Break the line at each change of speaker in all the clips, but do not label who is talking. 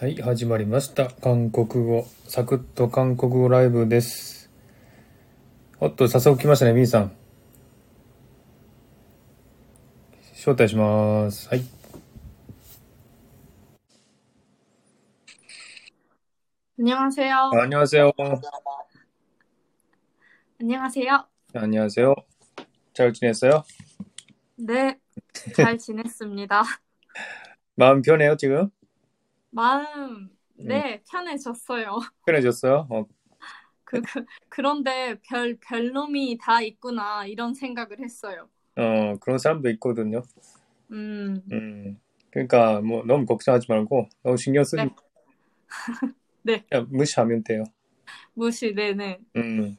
はい、始まりました。韓国語、サクッと韓国語ライブです。おっと、早速来ましたね、ミンさん。招待します。はい。
안녕하세요.
あ、안녕하세요。
안녕하세요.
안녕하세요。잘지냈어요
네, 잘 지냈습니다.
마음 편해요, 지금?
마음 네 편해졌어요.
편해졌어요? 어,
그, 그 그런데 별 별놈이 다 있구나 이런 생각을 했어요.
어, 그런 사람도 있거든요.
음,
음. 그러니까 뭐 너무 걱정하지 말고 너무 신경 쓰지
네. 네.
그냥 무시하면 돼요.
무시 네네.
음.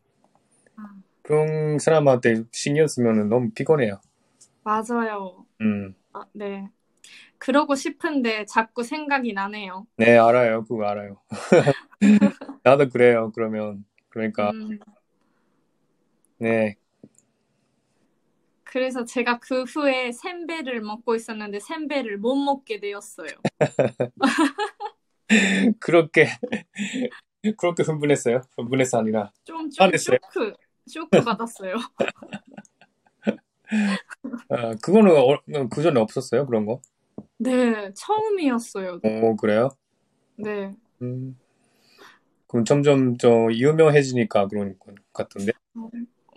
아.
그런 사람한테 신경 쓰면 너무 피곤해요.
맞아요.
음.
아, 네. 그러고 싶은데 자꾸 생각이 나네요.
네, 알아요. 그거 알아요. 나도 그래요. 그러면 그러니까
음,
네.
그래서 제가 그 후에 샌베를 먹고 있었는데 샌베를 못 먹게 되었어요.
그렇게 그렇게 흥분했어요. 흥분해서 아니라
좀 좀
화냈어요?
쇼크 쇼크 받았어요.
아, 그거는 어, 그전에 없었어요. 그런 거.
네, 처음이었어요.
오, 그래요?
네.
음. 그럼 점점 저 유명해지니까 그런 것 같은데.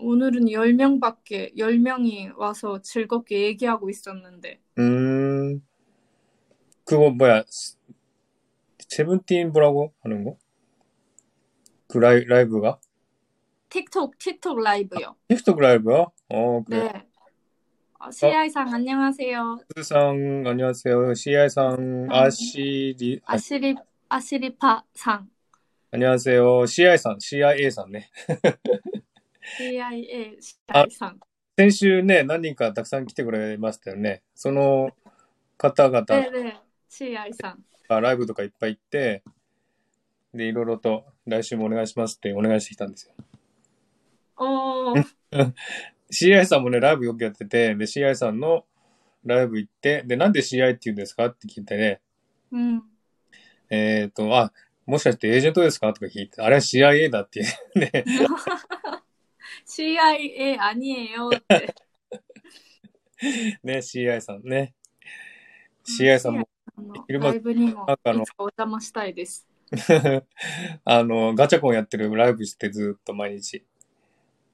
오늘은 10명밖에, 10명이 와서 즐겁게 얘기하고 있었는데.
음. 그거 뭐야? 스- 세븐틴브라고 하는 거? 그 라이, 라이브가?
틱톡, 틱톡 라이브요.
틱톡 라이브요? 어, 그래요.
아, 네. 어, CI상 안녕하세요.
상 안녕하세요. 시아이상 아시리 아,
아시리, 아시리파상.
안녕하세요. 시아이상 시아이상 ね。
CIA, CI상.
先週ね、何人かたくさん来てくれましたよね。その方々
네네. CI상.
がライブとかいっぱい行って、で、いろいろと来週もお願いしますってお願いしてきたんですよ。
어,
CI さんもね、ライブよくやってて、で、CI さんのライブ行って、で、なんで CI って言うんですかって聞いてね、
음.
えっ、と、あ、もしかしてエージェントですかとか聞いて、あれは CIA だっていうね。
CIA 아니에요. 네.
ね、CI さんね。CI さんも、
CI상 의
이른바
어, 라이브님은
아까로.
이제 오자마したいです.
あの、ガチャコンやってるライブしてずっと毎日。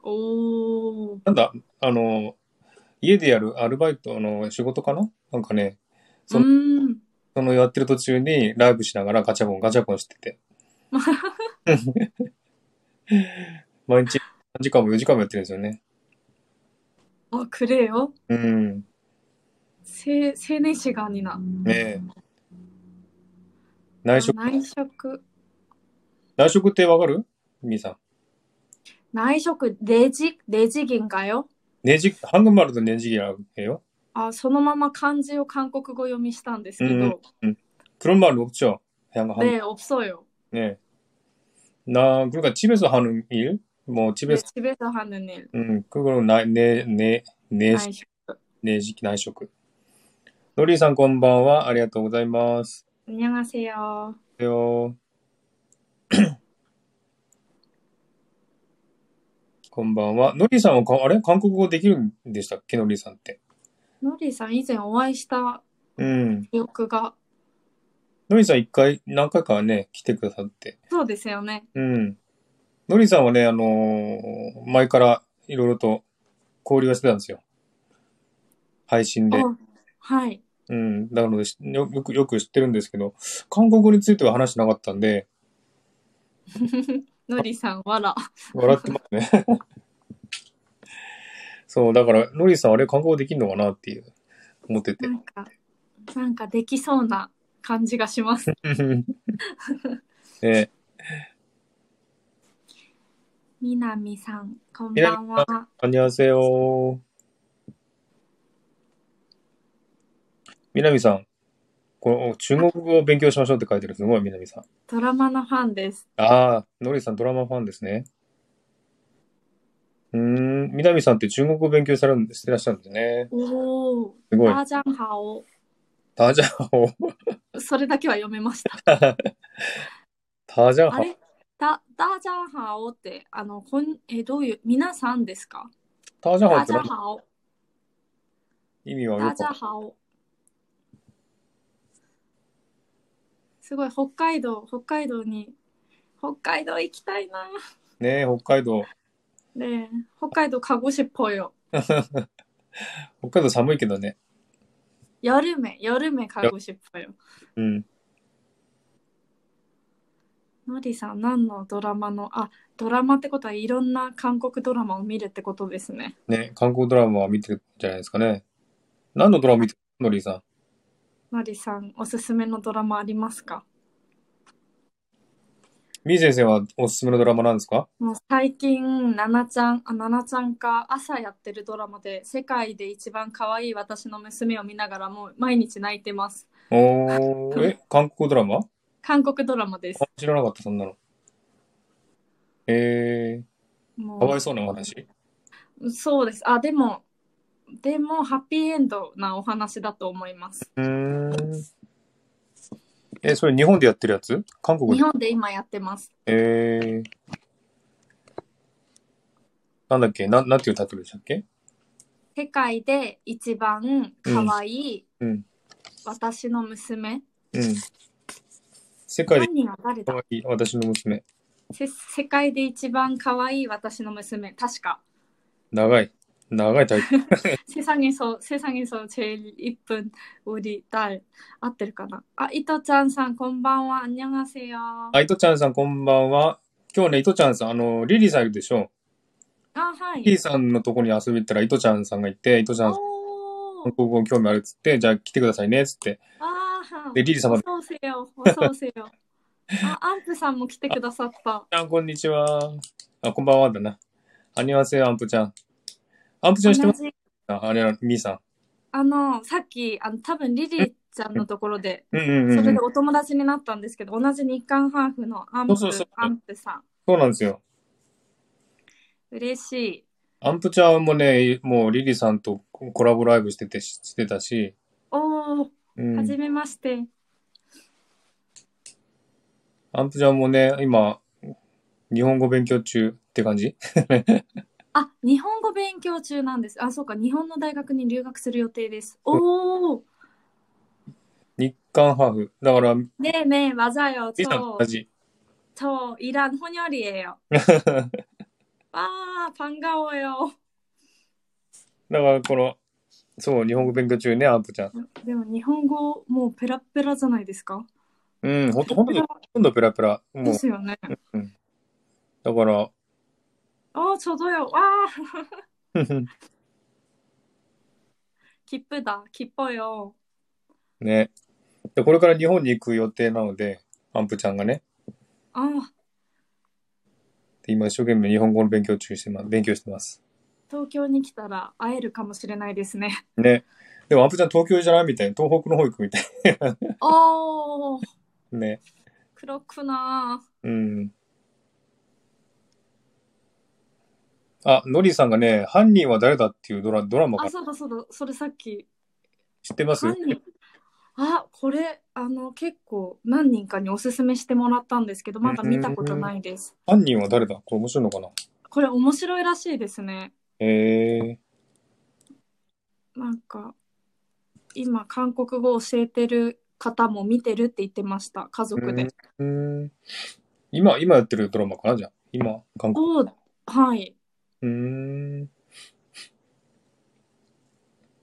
오,
なんだ、あの、家でやるアルバイトの仕事かななんかね、 전-
음.
そのやってる途中にライブしながらガチャコンガチャコンしてて。毎日3時間も4時間もやってるんですよね。
아, 그래요?
うん。
세, 세네 시간이나.
ねえ。内職、
아, 나이쇼크
内職ってわかるみーさん。
나이쇼크 내직 내직인가요?
ねじ、ハングマルとねじぎらうよ。
아, そのまま 간지요 한국어 読みしたんですけど,
그런 말은 없죠. 그냥 한,
네 없어요.
네. 나, 그러니까 집에서 하는 일? 뭐,
네,
집에서,
집에서 하는 일.
음, 그거는 나, 내, 내, 내,
나이쇼크.
ねじき内職。のりさんこんばんは。ありがとうございます。
안녕하세요.
でよ。 こんばんは。のりさんはか、あれ韓国語できるんでしたっけのりさんって。
노리상 이전 お会いした
うん。
기억가
のりさん一回、何回かね、来てくださって。
そうですよね.
うん。のりさんはね、あのー前からいろいろと交流はしてたんですよ。配信で。
어, 하이.
うん。なので、しよよく、よく知ってるんですけど、韓国語については話してなかったんで、
노리상 와라.
笑ってますね。 そう、だから、のりさんあれ韓国語できるのかなっていう、思ってて。
뭔가 뭔가 できそうな感じがします.
ね
미나미상, 건방와.
안녕하세요。みなみさん、この中国語を勉強しましょうって書いてる。すごい、みなみさん。
드라마나 팬です.
ああ、のりさんドラマファンですね。うーん、みなみさんって中国語を勉強されるんしてらっしゃるんですね。
오,
すごい。
짜장하오.
ダジャオ。
それだけは読めました。
ダジャン
あ
ハオ。
れだ、ダジャンハオって、あの、こん、え、どういう、皆さんですか
ダジャンハオ
ダ
って
ジャン
何
ハオ、
意味はよ
ダ
く
ジ
わかんない。
ャハオ。すごい、北海道、北海道に、北海道行きたいな。
ねえ、北海道。
네, 홋카이도 가고 싶어요.
北海道寒いけどね。
여름에, 여름에 가고 싶어요.
うん。
のりさん、何のドラマの、あ、ドラマってことはいろんな韓国ドラマを見るってことですね。
ね、韓国ドラマは見てるんじゃないですかね。何のドラマ見てるのリーさ
のりさん、おすすめのドラマありますか
ん。みー先生はおすすめのドラマなんですか
もう最近、ななちゃん、あ、ななちゃんか、朝やってるドラマで、世界で一番可愛い私の娘を見ながらもう毎日泣いてます。
おー、え、韓国ドラマ
韓国ドラマです
あ。知らなかった、そんなの。えー、か
も
わいそうなお話
う、そうです。あ、でも、でも、ハッピーエンドなお話だと思います。
うーん。え、それ日本でやってるやつ韓国
日
で
本で今やってます。
えー。なんだっけなん、なんていうタイトルでしたっけ
世界で一番可愛い
うん。
私の娘。
うん。世界で
犯人は誰
可
だ
愛い私の娘。
せ世界で一番可愛い私の娘。確か。
長い。長いタイトル。
세상에서 세상에서 제일 이쁜 우리 딸. 아뜰까나. 아, 이토짠 상 건방와 안녕하세요.
あ、いとちゃんさんこんばんは。今日ね、いとちゃんさん、あの、リリーさんいるでしょ
아,
リ
하이.
リーさんのとこに遊びに行ったら、いとちゃんさんがいて、いとちゃんさん、
오.
韓国語興味あるっつって、じゃあ来てくださいね、っつって。
아하.
で、リリーさんが、
어서 오세요. 어서 오세요. 아, 안프 산모 기대 くださった.
ちゃん、こんにちは。あ、こんばんはだな。アニュアセアンプちゃん。アンプちゃん知ってます
안녕하세요.
かあれは、ミーさ
あの、さっき、あの、多分リリーちゃんのところで、
ん。うんうん
そ
うんう
れ
ん
で。お友達になったんですけど、同じ日韓ハーフのアンプ、
そうそうそう
アンプさん。
そうなんですよ。
嬉しい。
アンプちゃんもね、もうリリーさんとコラボライブしてて、ししてたし。
おー、
う
はじ
ん。
めまして。
アンプちゃんもね、今、日本語勉強中って感じ
あ、日本語勉強中なんです。あ、そうか、日本の大学に留学する予定です。おー、
日韓ハーフ。だから、リ
ねえねえ、わざよ、
リーさんと
超
同、じ。
超、イラン、ほにょりえよ。わー、パンガオよ。
だから、この、そう、日本語勉強中ね、アンプちゃん。
でも、日本語、もうペラペラじゃないですか。
うん、ほんと、ほん
ペラ
と、ほんとペラペラ。も
で
う、
すよね。
だから、
あー、ちょうどよ。わー、切符だ、切符よ。
ね。で、これから日本に行く予定なので、アンプちゃんがね、
ああ、
で今一生懸命日本語の勉強中してます。勉強してます。
東京に来たら会えるかもしれないです ね。
ね。でもアンプちゃん東京じゃないみたいな、東北の方行くみたい
おお、
な。ね。
黒くなー。
うん。あ、ノリさんがね、犯人は誰だっていうドラドラマか
あ、
ら
そうだそうだ、それさっき。
知ってます
犯人あ、これ、あの、結構何人かにおすすめしてもらったんですけど、まだ見たことないです。
犯人は誰だこれ面白いのかな
これ面白いらしいですね。
へえ
なんか、今、韓国語を教えてる方も見てるって言ってました、家族で。
うん。今、今やってるドラマかなじゃあ。今、韓国。
おーはい、
うん。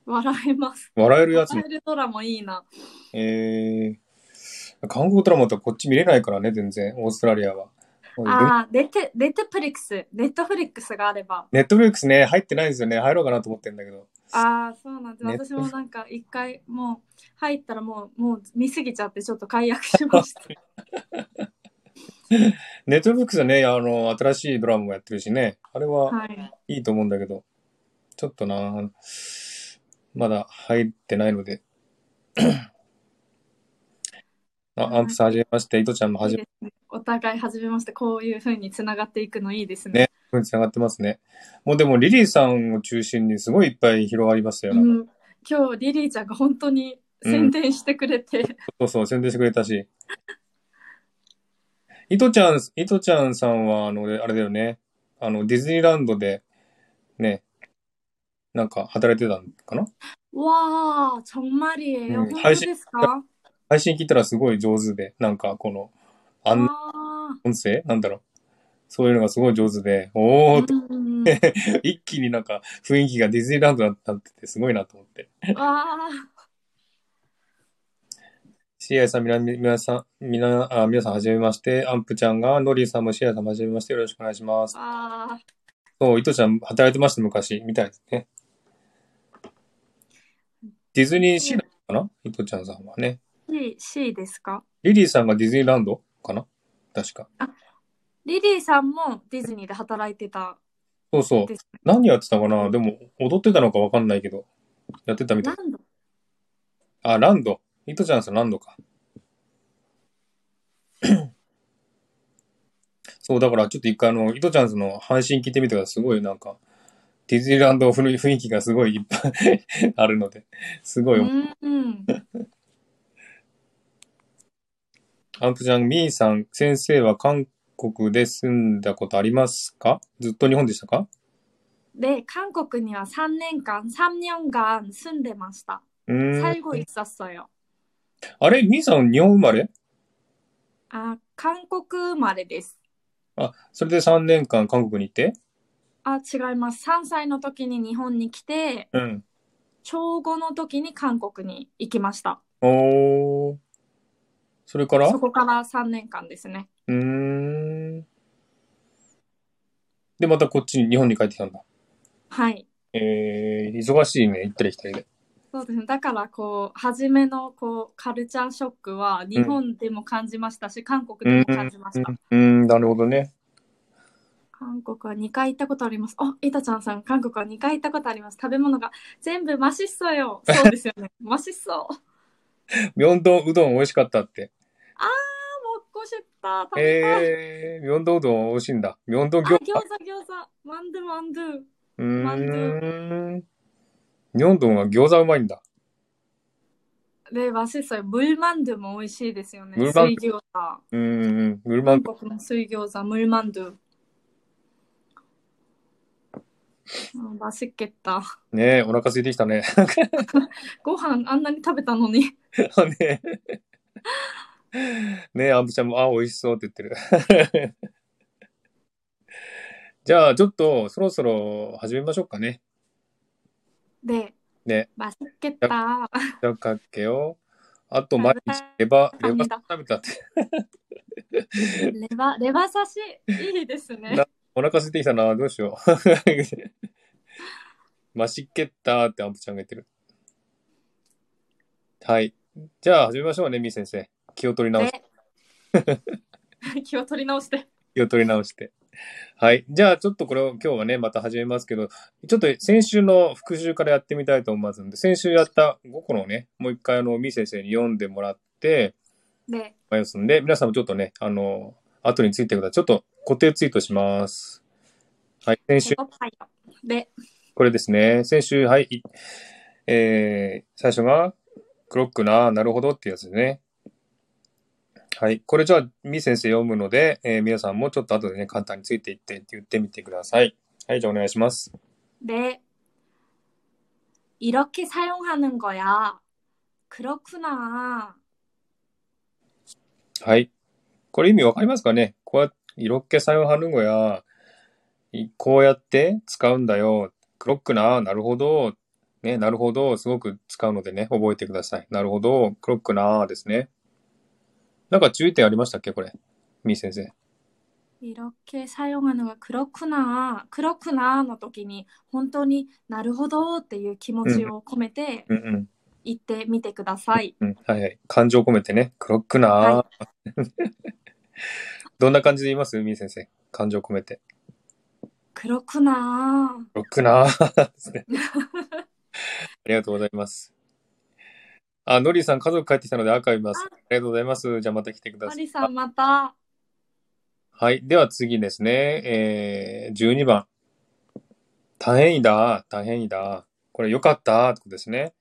笑えます。
笑えるやつ
笑えるドラマいいな。
えー、韓国ドラマとこっち見れないからね、全然、オーストラリアは。
ああ、ネットネットフリックス、ネットフリックスがあれば。
ネットフリックスね、入ってないんですよね。入ろうかなと思ってんだけど。
ああ、そうなんです。
ね
私もなんか一回もう入ったらもう、もう見すぎちゃってちょっと解約しま した。
ネットフリックスはね、あの、新しいドラマもやってるしね、あれは
はい。
いいと思うんだけど、ちょっとな、まだ入ってないので。あ、アンプさんはじめまして、イトちゃんもはい
い
じ
ですねお互い始めまして、こういうふうにつながっていくのいいです
ね
ね。
めに繋がってますね。もうでも、リリーさんを中心にすごいいっぱい広がりましたよ。
うん、今日リリーちゃんが本当に
うん
宣伝してくれて、
そうそう、宣伝してくれたし。いとちゃん、いとちゃんさんは、あの、あれだよね。あの、ディズニーランドで、ね、なんか働いてたのかな
わあ、정말이에요。
うん
本当
配信
ですか
配信聞いたらすごい上手で、なんかこの、あんな
あ
音声なんだろう。そういうのがすごい上手で、お
ー
ー、
うん、
一気になんか雰囲気がディズニーランドになっててすごいなと思って。
あ
シアイさん、みな、みなさん、みな、あ、皆さんはじめまして。アンプちゃんが、ノリーさんもシアイさんもはじめまして。よろしくお願いします
ー。あー
そう、伊藤ちゃん働いてました、昔、みたいですね。ディズニーシーランドかな伊藤ちゃんさんはね。
C, C ですか
リリーさんがディズニーランドかな確か。
リリーさんもディズニーで働いてた
そうそう。
ですね。
何やってたかなでも、踊ってたのかわかんないけど。やってたみたい。
何度
あ、ランド。伊藤ちゃんさん、ランドか。 そう、だから、ちょっと一回、あの、伊藤ちゃんさんの配信聞いてみてください。すごい、なんか、ディズニーランド古い雰囲気がすごいいっぱい あるので、すごい面白い
うん。
アンプちゃん、ミーさん、先生は韓国で住んだことありますかずっと日本でしたか
네, 한국에 3년간, 3년간 순대마시다.
うーん。
살고 있었어요.
あれミーさん、日本生まれ
아, 한국 말에です.
あ、それで3年間韓国に行って
아, 違います. 3歳の時に日本に来て,
うん。
小5の時に韓国に行きました.
おー。それから
そうこから3年間ですね。
ーん。で、またこっちに、日本に帰ってきたんだ。
はい。
えー、忙しいね。行ったり来たりで。
そうですね。だから、こう、初めの、こう、カルチャーショックは、日本でも感じましたし、韓国でも感じました。
うん、うんなるほどね。
韓国は2回行ったことあります。あ、イタちゃんさん、韓国は2回行ったことあります。食べ物が全部マシっそよ。そうですよ ね。マシっそ。あー、も
ミョンドンうどん美味しかったって。
うこしった。食べたい。
えー、ミョンドンうどん美味しいんだ。ミョンドン
あ、
餃
餃
子
子、餃子。マンドゥ、マンドゥ。
う
マンド
ーん。日本とは餃子うまいんだ。
で、マシっそよ。ムルマンドゥも美味しいですよね。
ムル
水
マン
餃子。
うーん。グルマン
韓
ド。
国の水餃子、ムルマンドゥ。うんマシっけった。
ねえ、お腹空いてきたね。
ご飯あんなに食べたのに。
ね え。ねえ、アンプちゃんも、あ、美味しそうって言ってる。 じゃあ、ちょっと、そろそろ始めましょうかね。
で、
ね
マシっけった。
じゃあ、かっけよ。あと、毎日、レバ、レバ食べたって。
レバ、レバ刺し。いいですね。
お腹空いてきたな、どうしよう。 マシッケッターってアンプちゃんが言ってる。はい。じゃあ始めましょうね、みー先生。気を取り直して、
ね気を取り直して。
気を取り直して。はい。じゃあちょっとこれを今日はね、また始めますけど、ちょっと先週の復習からやってみたいと思いますので、先週やった5個のね、もう一回あの、みー先生に読んでもらって、
で、
ますんで、皆さんもちょっとね、あの、後についてください。ちょっと固定ツイートします。はい。先週
おっぱいよで、
これですね。先週、はい。いえー、最初が、クロックな、なるほどっていうやつですね。はい。これじゃあ、みー先生読むので、えー皆さんもちょっと後でね、簡単についていってって言ってみてください。はい、じゃあお願いします。
네. 이렇게 사용하는 거야. 그렇구나.
はい。これ意味わかりますかねこうやって、色っ気さよはるごや、いこうやって使うんだよ。クロックな、なるほど。ね、なるほど。すごく使うのでね、覚えてください。なるほど。クロックなですね。なんか注意点ありましたっけこれ。みー先生。
이렇게 사용하는 거 그렇구나. 그렇구나. の時に本当になるほどっていう気持ちを込めて
うんうん。
言ってみてください。
うん、はいはい。感情込めてね。クロックな、
は
どんな感じで言いますみー先生。感情込めて。
그렇구나.
ロックな ーですね。ありがとうございます。あ、ノリーさん、家族帰ってきたので赤見ます。ありがとうございます。じゃあまた来てくだ
マ
さ
リ
い。
さんまた。
はい。では次ですね。えー、12番。大変いだ、大変いだ。これ良かった、ってことですね。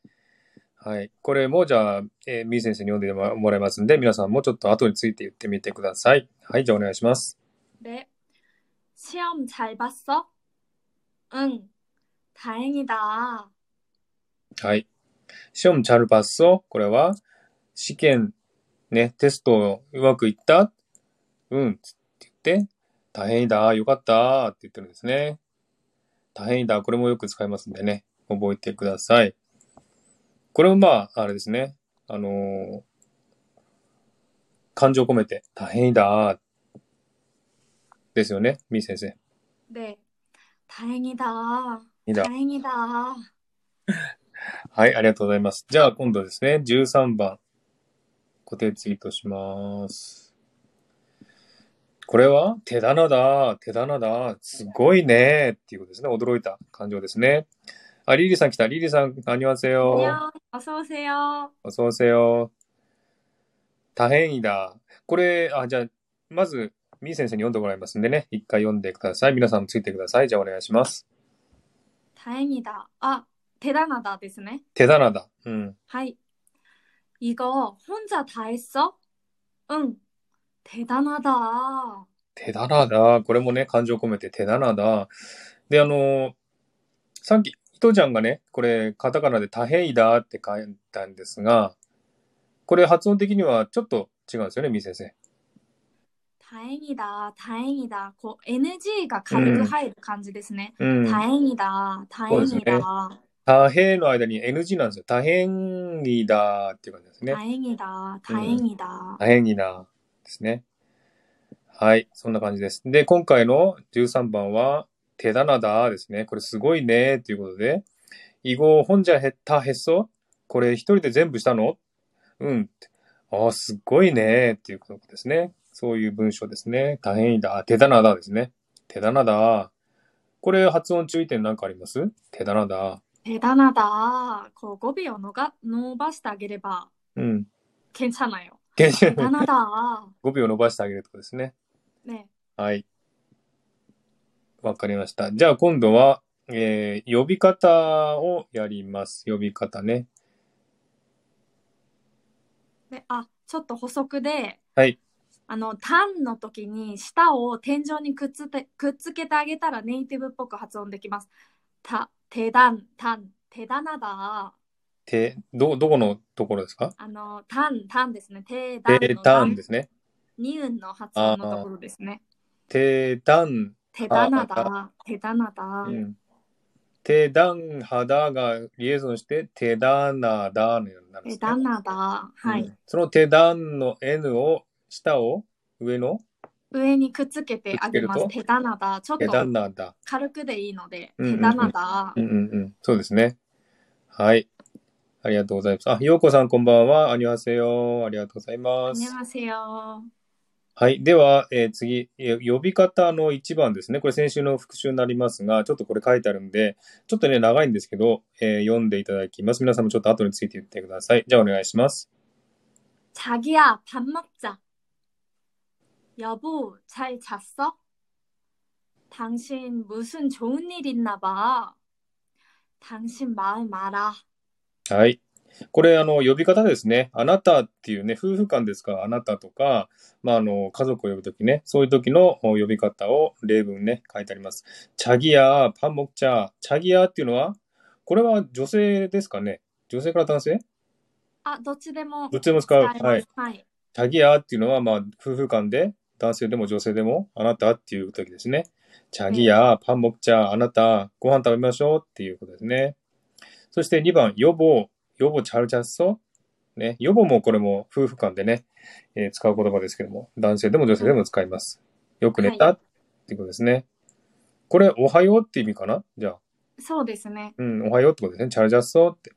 はい。これも、じゃあ、えー、みー先生に読んでもらいますんで、皆さんもちょっと後について言ってみてください。はい、じゃあお願いします。
네. 시험 잘 봤어? 응. 다행이다.
はい。ショムチャルパッソ。これは、試験、ね、テストうまくいったうん。って言って、大変だ、よかった、って言ってるんですね。大変だ、これもよく使いますんでね、覚えてください。これもまあ、あれですね。あのー感情込めて、大変だ、ですよね、みー先生。
네. 다행이다.
이다.
다행이다.
はい、ありがとうございます。じゃあ今度ですね、13番、固定ツイートします。これは、手棚だ、手棚だ、すごいね、っていうことですね。驚いた感情ですね。あ、リリーさん来た。リリーさん、こんにちは。
안녕. 어서 오세요.
おそうせよ。大変だ。これ、あ、じゃあ、まず、みー先生に読んでもらいますんでね、一回読んでください。皆さんもついてください。じゃあお願いします。
다행이다. 아, 대단하다. ですね.
手棚だ。うん。
하이. 이거 혼자 다 했어? 응. 대단하다.
手だらだ。これもね、感情込めて手だらだ。で、あの、さっき、ひとちゃんがね、これ、カタカナで多変異だって書いたんですが、これ発音的にはちょっと違うんですよね、みー先生。
다행이다. 다행이다. 그 에너지가 가득
음.
하이 간지ですね.
うん。
다행이다. 다행이다.
多変の間に NG なんですよ。多変異だっていう感じですね。
다행이다. 다행이다.
大変にな、ですね。はい、そんな感じです。で、今回の13番は、手棚だですね。これすごいね、ということで、以後、本じゃ減ったへっそこれ一人で全部したのうん。ああ、すごいね、っていうことですね。そういう文章ですね。大変だ。手棚だですね。手棚だ。これ発音注意点なんかあります手棚だ。
대단하다. 그 고비 언어가 노바시다게레바
うん。
괜찮아요.
5
대단하다.
秒伸ばしてあげるってことですね。
네.
はい。わかりました。じゃあ今度は、えー呼び方をやります。呼び方ね。
네. 아, ちょっと補足で
はい。
あの、単の時に舌を天井にくっつけてあげたら 네이티브っぽく 発音できます. 다, 대단, 단, 대단하다.
て、ど、どこのところですか
あの、単、単ですね。て、だん
てた
の、だ
ん
ん
で、すね。
にうんの発音のところですね。
てたん、
てだな
あ
だ、てだなだ。
うん。てだん、はだがリエゾンして、てだなだになるんで
て
す
だ
ね。
なだ。は
う
い。
んそのてだんの N を、下を、上の、
上にくっつけてあげま
く
す。
っつ
てだなだ。ちょって
だ
と
なだ。
軽くでいいので、
うんうんう
て
ん
だなだ
う。んうんうん。そうですね。はい。ありがとうございます。あ、ようこさんこんばんは。ありがとうよ。ありがとうござい
こ
ま
んにち
す。
は。
はい。では、えー次、えー呼び方の1番ですね。これ先週の復習になりますが、ちょっとこれ書いてあるんで、ちょっとね、長いんですけど、えー読んでいただきます。皆さんもちょっと後について言ってください。じゃあお願いします。
자기야밥먹자여보잘잤어당신무슨좋은일있나봐당신마음알아
はい。これ、あの、呼び方ですね。あなたっていうね、夫婦間ですから、あなたとか、まあ、あの、家族を呼ぶときね、そういうときのお呼び方を例文ね、書いてあります。チャギア、パンモクチャ、チャギアっていうのは、これは女性ですかね女性から男性
あ、どっちでも
どっちでも使う。
使
は
えま
い
す。。はい。
チャギアっていうのは、まあ、夫婦間で、男性でも女性でも、あなたっていうときですね。チャギア、パンモクチャ、あなた、ご飯食べましょうっていうことですね。そして2番、予防、予防チャルチャッソ。ね、予防もこれも夫婦間でね、えー使う言葉ですけども、男性でも女性でも使います。よく寝た、
は
っていうことですね。これ、おはようって意味かなじゃあ、
そうですね。
うん、おはようってことですね。チャルチャッソって。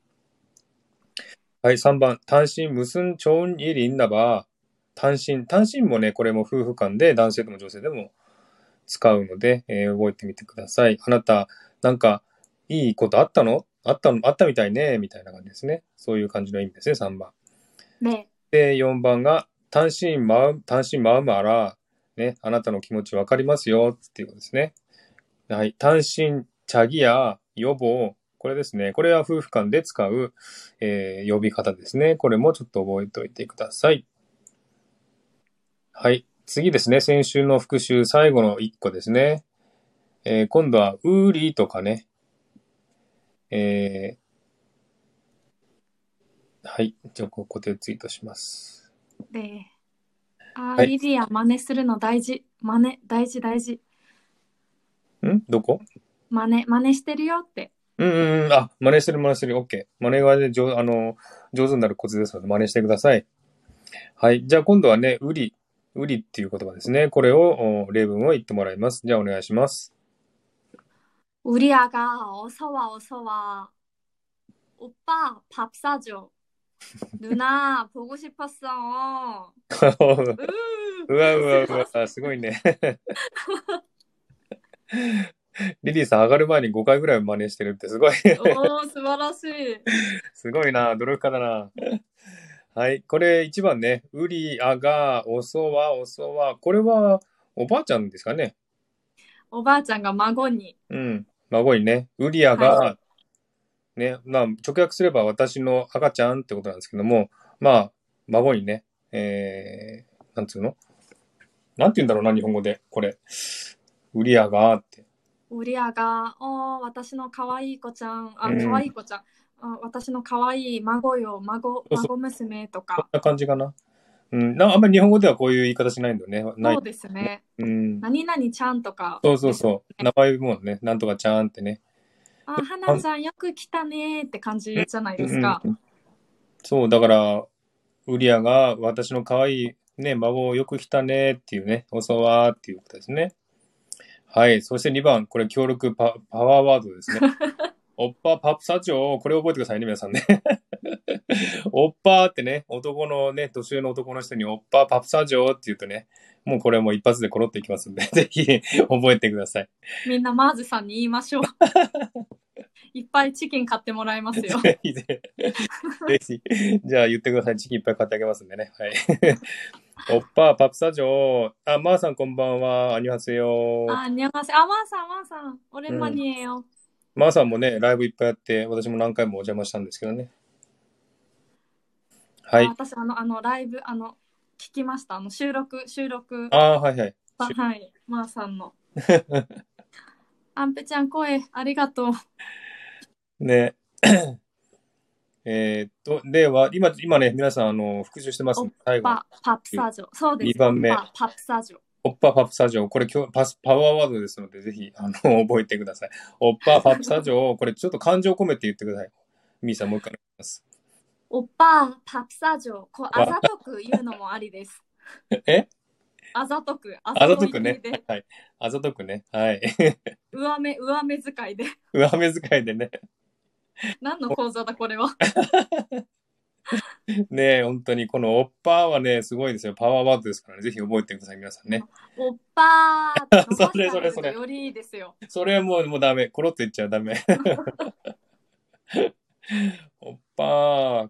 はい、3番、単身、無寸、超音、いりんだば、単身。単身もね、これも夫婦間で男性でも女性でも使うので、えー覚えてみてください。あなた、なんか、いいことあったのあったのあったみたいね、みたいな感じですね。そういう感じの意味ですね、3番。
ね、
で、4番が、単身まう、単身まうまら、ね、あなたの気持ちわかりますよ、っていうことですね。はい。単身、チャギや、予防、ここれですね。これは夫婦間で使う、えー呼び方ですね。これもちょっと覚えておいてください。はい。次ですね。先週の復習、最後の1個ですね。えー今度は、ウーリーとかね。えーはい。じゃあ、ここでツイートします。
네. 아,
아이.
리리야, 만에 쓰르노 다이지, 만에, 다이지, 다이지,
んどこ
만에, 만에 してるよって.
うんうんうん。あ、真似してる真似してる。OK。真似がね上、あの、上手になるコツですので、真似してください。はい。じゃあ今度はね、ウリ。ウリっていう言葉ですね。これを、お例文を言ってもらいます。じゃあお願いします。
우리 아가 어서 와, 어서 와. 오빠, 밥 사줘. 누나, 보고 싶었어.
う
으.
わうわうわ、すごいね。リリーさん上がる前に5回ぐらい真似してるってすごい。
오, 素晴らしい
すごいな、努力家だな。はい、これ1番ね。ウリ、アガ、オソワ、オソワ。これはおばあちゃんですかね。
오바짱과 마고니.
うん。孫にね、ウリアが、
は
ね、まあ、直訳すれば私の赤ちゃんってことなんですけども、まあ、孫にね、えー、なんつうのなんて言うんだろうな、日本語で、これ。ウリアがって。
우리 아가, 어, 私の可愛い子ちゃん, 아,
음.
可愛い子ちゃん, 어, 私の可愛い孫よ,孫,
そうそう。こ
孫娘とか.
んな感じかな。うん、なんかあんまり日本語ではこういう言い方しないんだよね。ない
そ。うですね。
うん。
何々ちゃんとか。
そうそうそう。名前もね、なんとかちゃんってね。
あ、花ちゃんよく来たねーって感じじゃないですか。
うんうんうんそう、だから、ウリアが私の可愛いね、孫をよく来たねっていうね、おそわーっていうことですね。はい。そして2番、これ協力パパワーワードです ね。おっぱパプサチョー、これ覚えてくださいね、皆さんね。 おっぱーってね、男のね、年上の男の人におっぱパプサチョーって言うとね、もうこれもう一発でコロっていきますんで、 ぜひ覚えてください。
みんなマーズさんに言い ましょう。いっぱいチキン買ってもらいま すよ。
ぜひぜひ。じゃあ言ってください。チキンいっぱい買ってあげますんでね。はい。おっぱ、パプサジョー。あ、まー、さんこんばんは。アニュハセヨ
あ、にゃがせ。あ、まーさん、まーさん。俺マニエよ。
まーさんもね、ライブいっぱいやって、私も何回もお邪魔したんですけどね。は
あ
い。
私、あの、あの、ライブ、あの、聞きました。あの、収録、収録。
ああー、はいはい。
あはい、まーさ んの。アンペちゃん、声、ありがとう。
ね。えーっと、では、今、今ね、皆さん、あの、復習してますんで、最後。
パ、パプサジョ。そうです。
二番目
パ、パプサジョ。
おっぱパプサジョー。これ今日パス、パワーワードですので、ぜひ、あの、 覚えてください。おっぱパプサジ ョー。これちょっと感情込めて言ってください。みーさん、もう一回お願いします。
おっぱ、パプサジョ。こう、あざとく言うのもありです。
え
あざとく、あ
あざとくね
ざといで。
はい。あざとくね。はい。
上目、上目遣いで。
上目遣いでね。
何の講座だ、これは。
ねえ、本当に、このおっぱはね、すごいですよ。パワーワードですからね。ぜひ覚えてください、皆さんね。
おっぱーって伸ばしてあげると
それそれそれ
よりいいですよ。
それはもう、もうダメ。コロッと言っちゃダ メ。おっぱ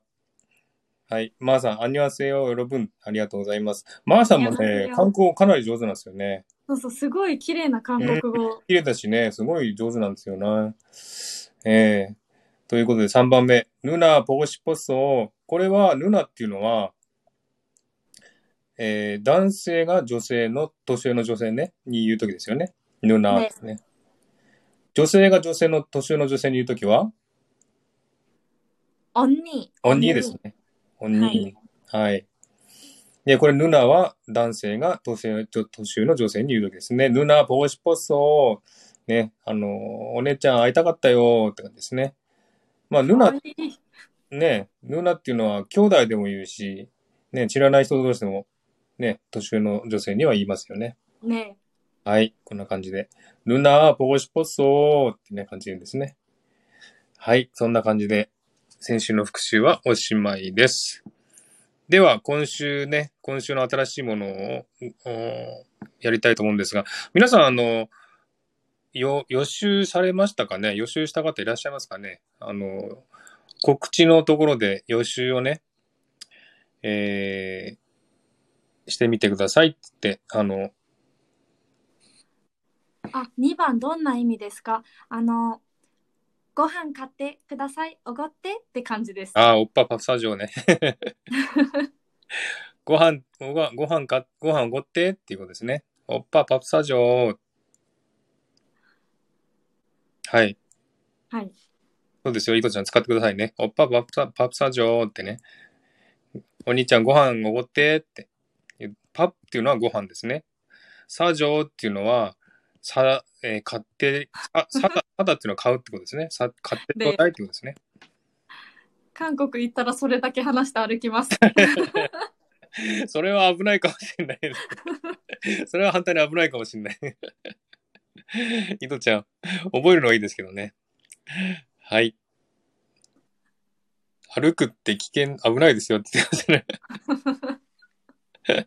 はい。まー、さん、アニュアセヨ、ロブン、ありがとうございます。まー、さんも
ありがとう
ね
ございま、す
観光かなり上手なんですよね。
そうそう、すごい綺麗な韓国語。
綺麗だしね、すごい上手なんですよな。ええということで3番目。ヌナ、ポゴシポッソ。これは、ヌナっていうのは、えー男性が女性の、年上の女性ね、に言うときですよね。ヌナですね。女性が女性の、年上の女性に言うときは、
おに。
オンニーです。ね。オン
ニー
ニー。はい。で、これ、ヌナは男性が年上ちょ年上の女性に言うときですね。ヌナ、ボーシポッソー。ね、あの、お姉ちゃん会いたかったよーって感じですね。まあ、ヌ
可
ナ
愛、い
ね、ヌナっていうのは兄弟でも言うし、ね、知らない人同士でも、ね、年上の女性には言いますよね。
ね
はい、こんな感じで。ヌナ、ボゴシポッソーってね、感じですね。はい、そんな感じで、先週の復習はおしまいです。では、今週ね、今週の新しいものを、おやりたいと思うんですが、皆さん、あの、よ、予習されましたかね予習した方いらっしゃいますかねあの、告知のところで予習をね、えー、してみてくださいって、あの、
あ、2番、どんな意味ですかあの、ご飯買ってください。おごってって感じです。
あ、오빠밥 사줘 네. ご飯、ご飯、ご飯か、ご飯おごってっていうことですね。おっぱ밥 사줘. はい。
はい。
そうですよ。いこちゃん使ってくださいね。おっぱ밥 사、밥 사줘 ってね。お兄ちゃんご飯おごってって。밥っていうのはご飯ですね。사줘 っていうのは、さ、えー買って、あ、さだ、さだっていうのは買うってことですね。さ、買ってくださいってことですね。
韓国行ったらそれだけ話して歩き ます。
それは危ないかもし れないです。それは反対に危ないかもしれない。井戸ちゃん、覚えるのはいいですけどね。はい。歩くって危険、危ないですよって言ってましたね。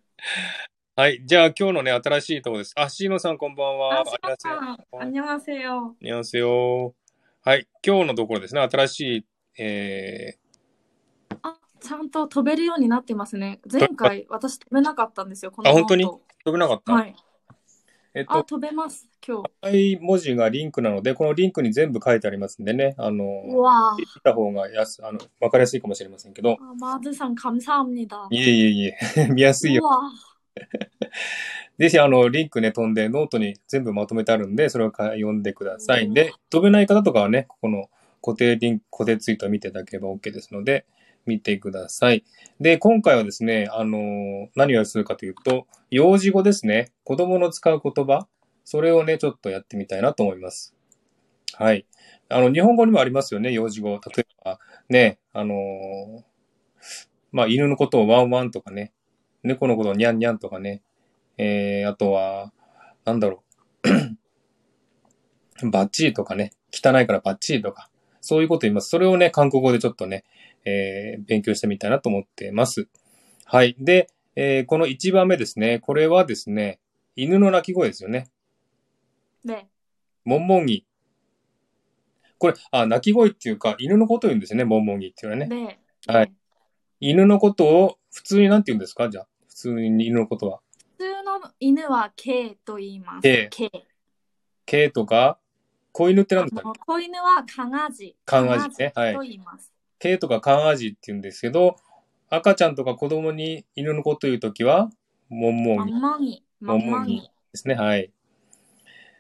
はい。じゃあ今日のね、新しいとこです。あ、シーノさんこんばんは。
あシーノさん
안녕하세요
안녕하세요。
안녕하세요はい。今日のところですね、新しい、えー、
あ、ちゃんと飛べるようになってますね。前回私飛べなかったんですよ。この
あ本当に
ノー
飛べなかっ
ト
た。
はい。
えっと
あ、、飛べます。今日。
赤い文字がリンクなので、このリンクに全部書いてありますんでね、あの、
うわあ。
見た方がやす、あの、わかりやすいかもしれませんけど。
あマーズさん、감사합니다。
いえいえいえ、 見やすいうよ。
わ
ぜひ、あの、リンクね、飛んで、ノートに全部まとめてあるんで、それをか読んでください。で、飛べない方とかはね、ここの固定リンク、固定ツイートを見ていただければ OK ですので、見てください。で、今回はですね、あの、何をするかというと、幼児語ですね。子供の使う言葉。それをね、ちょっとやってみたいなと思います。はい。あの、日本語にもありますよね、幼児語。例えば、ね、あのーまあ、犬のことをワンワンとかね、猫のことをニャンニャンとかね、えー、あとは、なんだろう、 バッチリとかね、汚いからバッチリとか、そういうこと言います。それをね、韓国語でちょっとね、えー、勉強してみたいなと思ってます。はい。で、えー、この1番目ですね、これはですね、犬の鳴き声ですよね。
ー。ね。
モンモンギ。これ、あ、鳴き声っていうか、犬のことを言うんですよね、モンモンギっていうのはね。
ね。
はい。犬のことを、普通になんて言うんですかじゃあ、普通に犬のことは。
普通の犬は K と言います。
K
K。
K とか、子犬って
あ
何ですか
の子犬はカガジ。
カンアジねはい
と言います。
K とかカンアジって言うんですけど、赤ちゃんとか子供に犬のことを言うときは、モンモ
マ
ンギで
マギ。マ
マ
マ
ンギ
ギ。
すね。はい。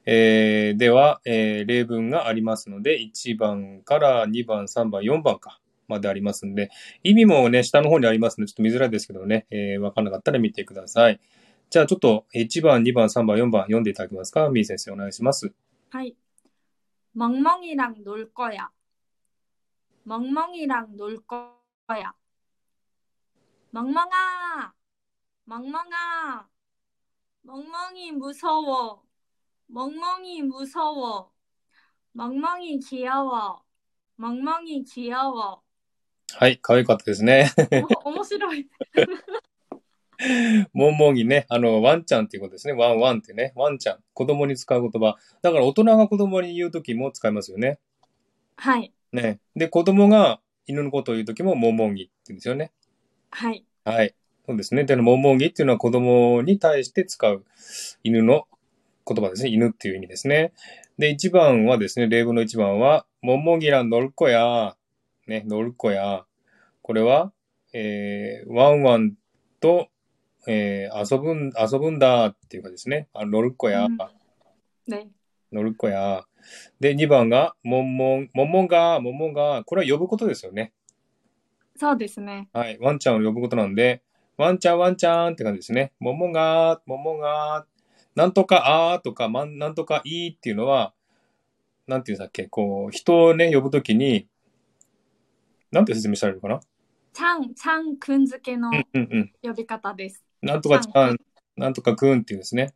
えー、では、えー例文がありますので、1番から2番、3番、4番か、までありますんで、意味もね、下の方にありますので、ちょっと見づらいですけどね、えー、わかんなかったら見てください。じゃあ、ちょっと、1番、2番、3番、4番、読んでいただけますかみー先生、お願いします。
하이. 멍멍이랑 놀 거야. 멍멍이랑 놀 거야. 멍멍아! 멍멍아! 멍멍이 무서워. 멍멍이 무서워. 멍멍이 귀여워. 멍멍이 귀여워.
はい、可愛かったですね。
어, 面白い.
もんもぎね、あの、ワンちゃんっていうことですね。ワンワンってね、ワンちゃん。子供に使う言葉。だから、大人が子供に言うときも使いますよね。
하이.
ね。で、子供が犬のことを言うときも、もんもぎって言うんですよね。
하이.
はい。そうですね。で、モンモンギっていうのは子供に対して使う犬の言葉ですね。犬っていう意味ですね。で、一番はですね、例文の一番は、モンモンギら乗る子や、ね、乗る子や、これは、えー、ワンワンと、えー、遊ぶん、遊ぶんだっていうかですね、あ乗る子や、
음. 네.
乗る子や。で、二番が、モンモン、モンモンが、モンモンが、これは呼ぶことですよね。
そうですね.
はい。ワンちゃんを呼ぶことなんで、ワンちゃん、ワンちゃんって感じですね。ももが、ももが、なんとかあーとか、まん、なんとかいいっていうのは、なんていうんだっけ、こう、人をね、呼ぶときに、なんて説明したらいいのかな
창, 창 근즈케노
うんうんうん。
呼び方です.
なんとかちゃん、なんとかくんっていうですね。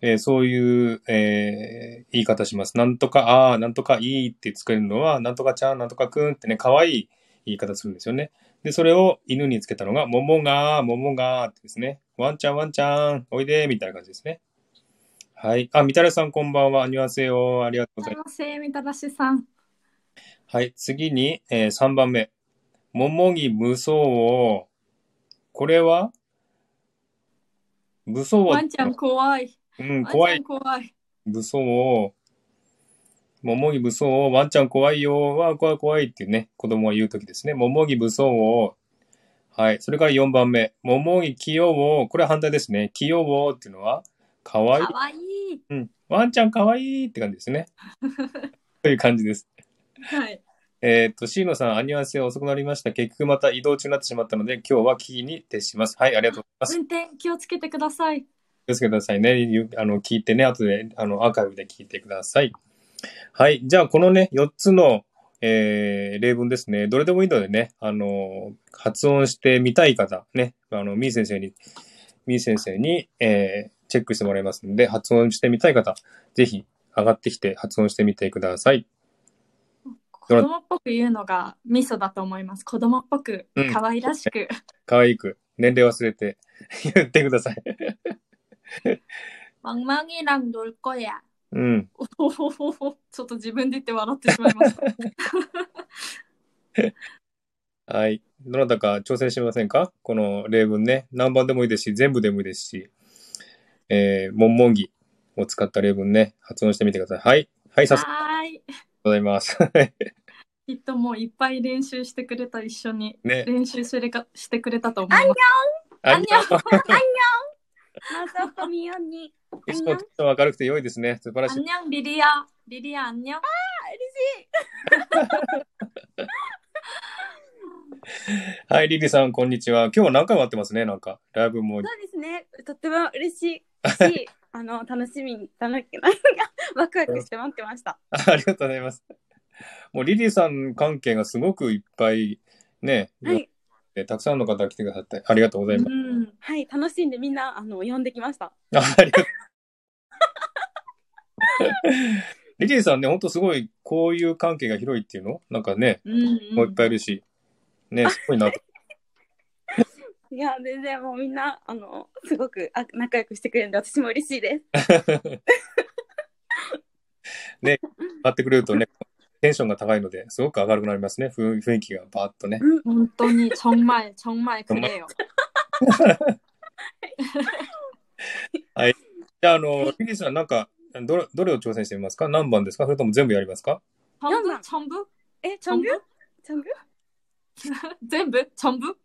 えーそういう、えー言い方します。なんとかあー、なんとかいいって作れるのは、なんとかちゃん、なんとかくんってね、可愛い言い方するんですよね。で、それを犬につけたのが、ももがー、ももがーってですね。ワンちゃん、ワンちゃん、おいでーみたいな感じですね。はい。あ、みたらしさんこんばんは。アニュアセよありがとうございます。
안녕하세요,みたらしさん.
はい。次に、えー3番目。ももぎ無双を。これは無双は、
ワンちゃん怖い。
うん、
ワンち
怖
ゃ
い
ん。怖い。
武装を、桃木無双、ワンちゃん怖いよ、わー怖い怖いっていうね、子供が言うときですね。桃木無双を、はい。それから4番目。桃木器用を、これは反対ですね。器用をっていうのは、可愛い
かわいい。
うん。ワンちゃん可愛いって感じですね。 という感じです。
はい。
えーっと、シーノさん、アニュアンセ遅くなりました。結局また移動中になってしまったので、今日は危機に徹します。はい、ありがとうございます。
運転気をつけてください。
気をつけてくださいね。ゆあの、聞いてね、後で、あの、アーカイブで聞いてください。はい。じゃあ、このね、4つの、えー、例文ですね。どれでもいいのでね、あの、発音してみたい方、ね、あの、みー先生に、みー先生に、えー、チェックしてもらいますので、発音してみたい方、ぜひ、上がってきて発音してみてください。
子供っぽく言うのがミソだと思います。子供っぽく
うん、
可愛らしく。
可愛く、年齢忘れて 言ってください。
망이랑놀 거야.
うん。
おほほほちょっと自分で言って笑ってしまいました。
はい。どなたか挑戦してみませんかこの例文ね。何番でもいいですし、全部でもいいですし、えー、もんもんぎを使った例文ね、発音してみてください。はい。はい、早速
はーい。
ございます。
きっともういっぱい練習してくれた、一緒に。
ね。
練習してれかしてくれたと思います。
あんにょ
마사코미 언니.
いつもとっても明るくて良いですね。素晴ら
あ
し
ん
い。
にゃん、リリア。リリア、あんにゃん。
はい、リリさん、こんにちは。今日は何回も会ってますね、なんか。ライブも。
そうですね。とっても嬉しい し、あの楽しみに楽しみなんかワクワクして待ってました。
あありがとうございます。もうリリさん関係がすごくいっぱいね、
はい、
たくさんの方来てくださってありがとうございます。
うん。
はい、楽しんでみんなあの呼んできました。
あありがとう。 リリーさんね、ほんとすごい、こういう関係が広いっていうのなんかね、
うん、う
もういっ
ん。
ぱいいるし。 ね、すごいなと。
いや全然もうみんなあのすごくあ仲良くしてくれるんで私も嬉しいです。
ね、買ってくれるとね、テンションが高いので、すごく明るくなりますね。雰雰囲気がバーッとね。
本当に、정말、정말、くれよ。
じゃあ、あの、リリーさん、なんか、どれ、どれを挑戦してみますか何番ですかそれとも全部やりますか
全
四
部
番
全部
え、チョン
全
グ？
部
チョング？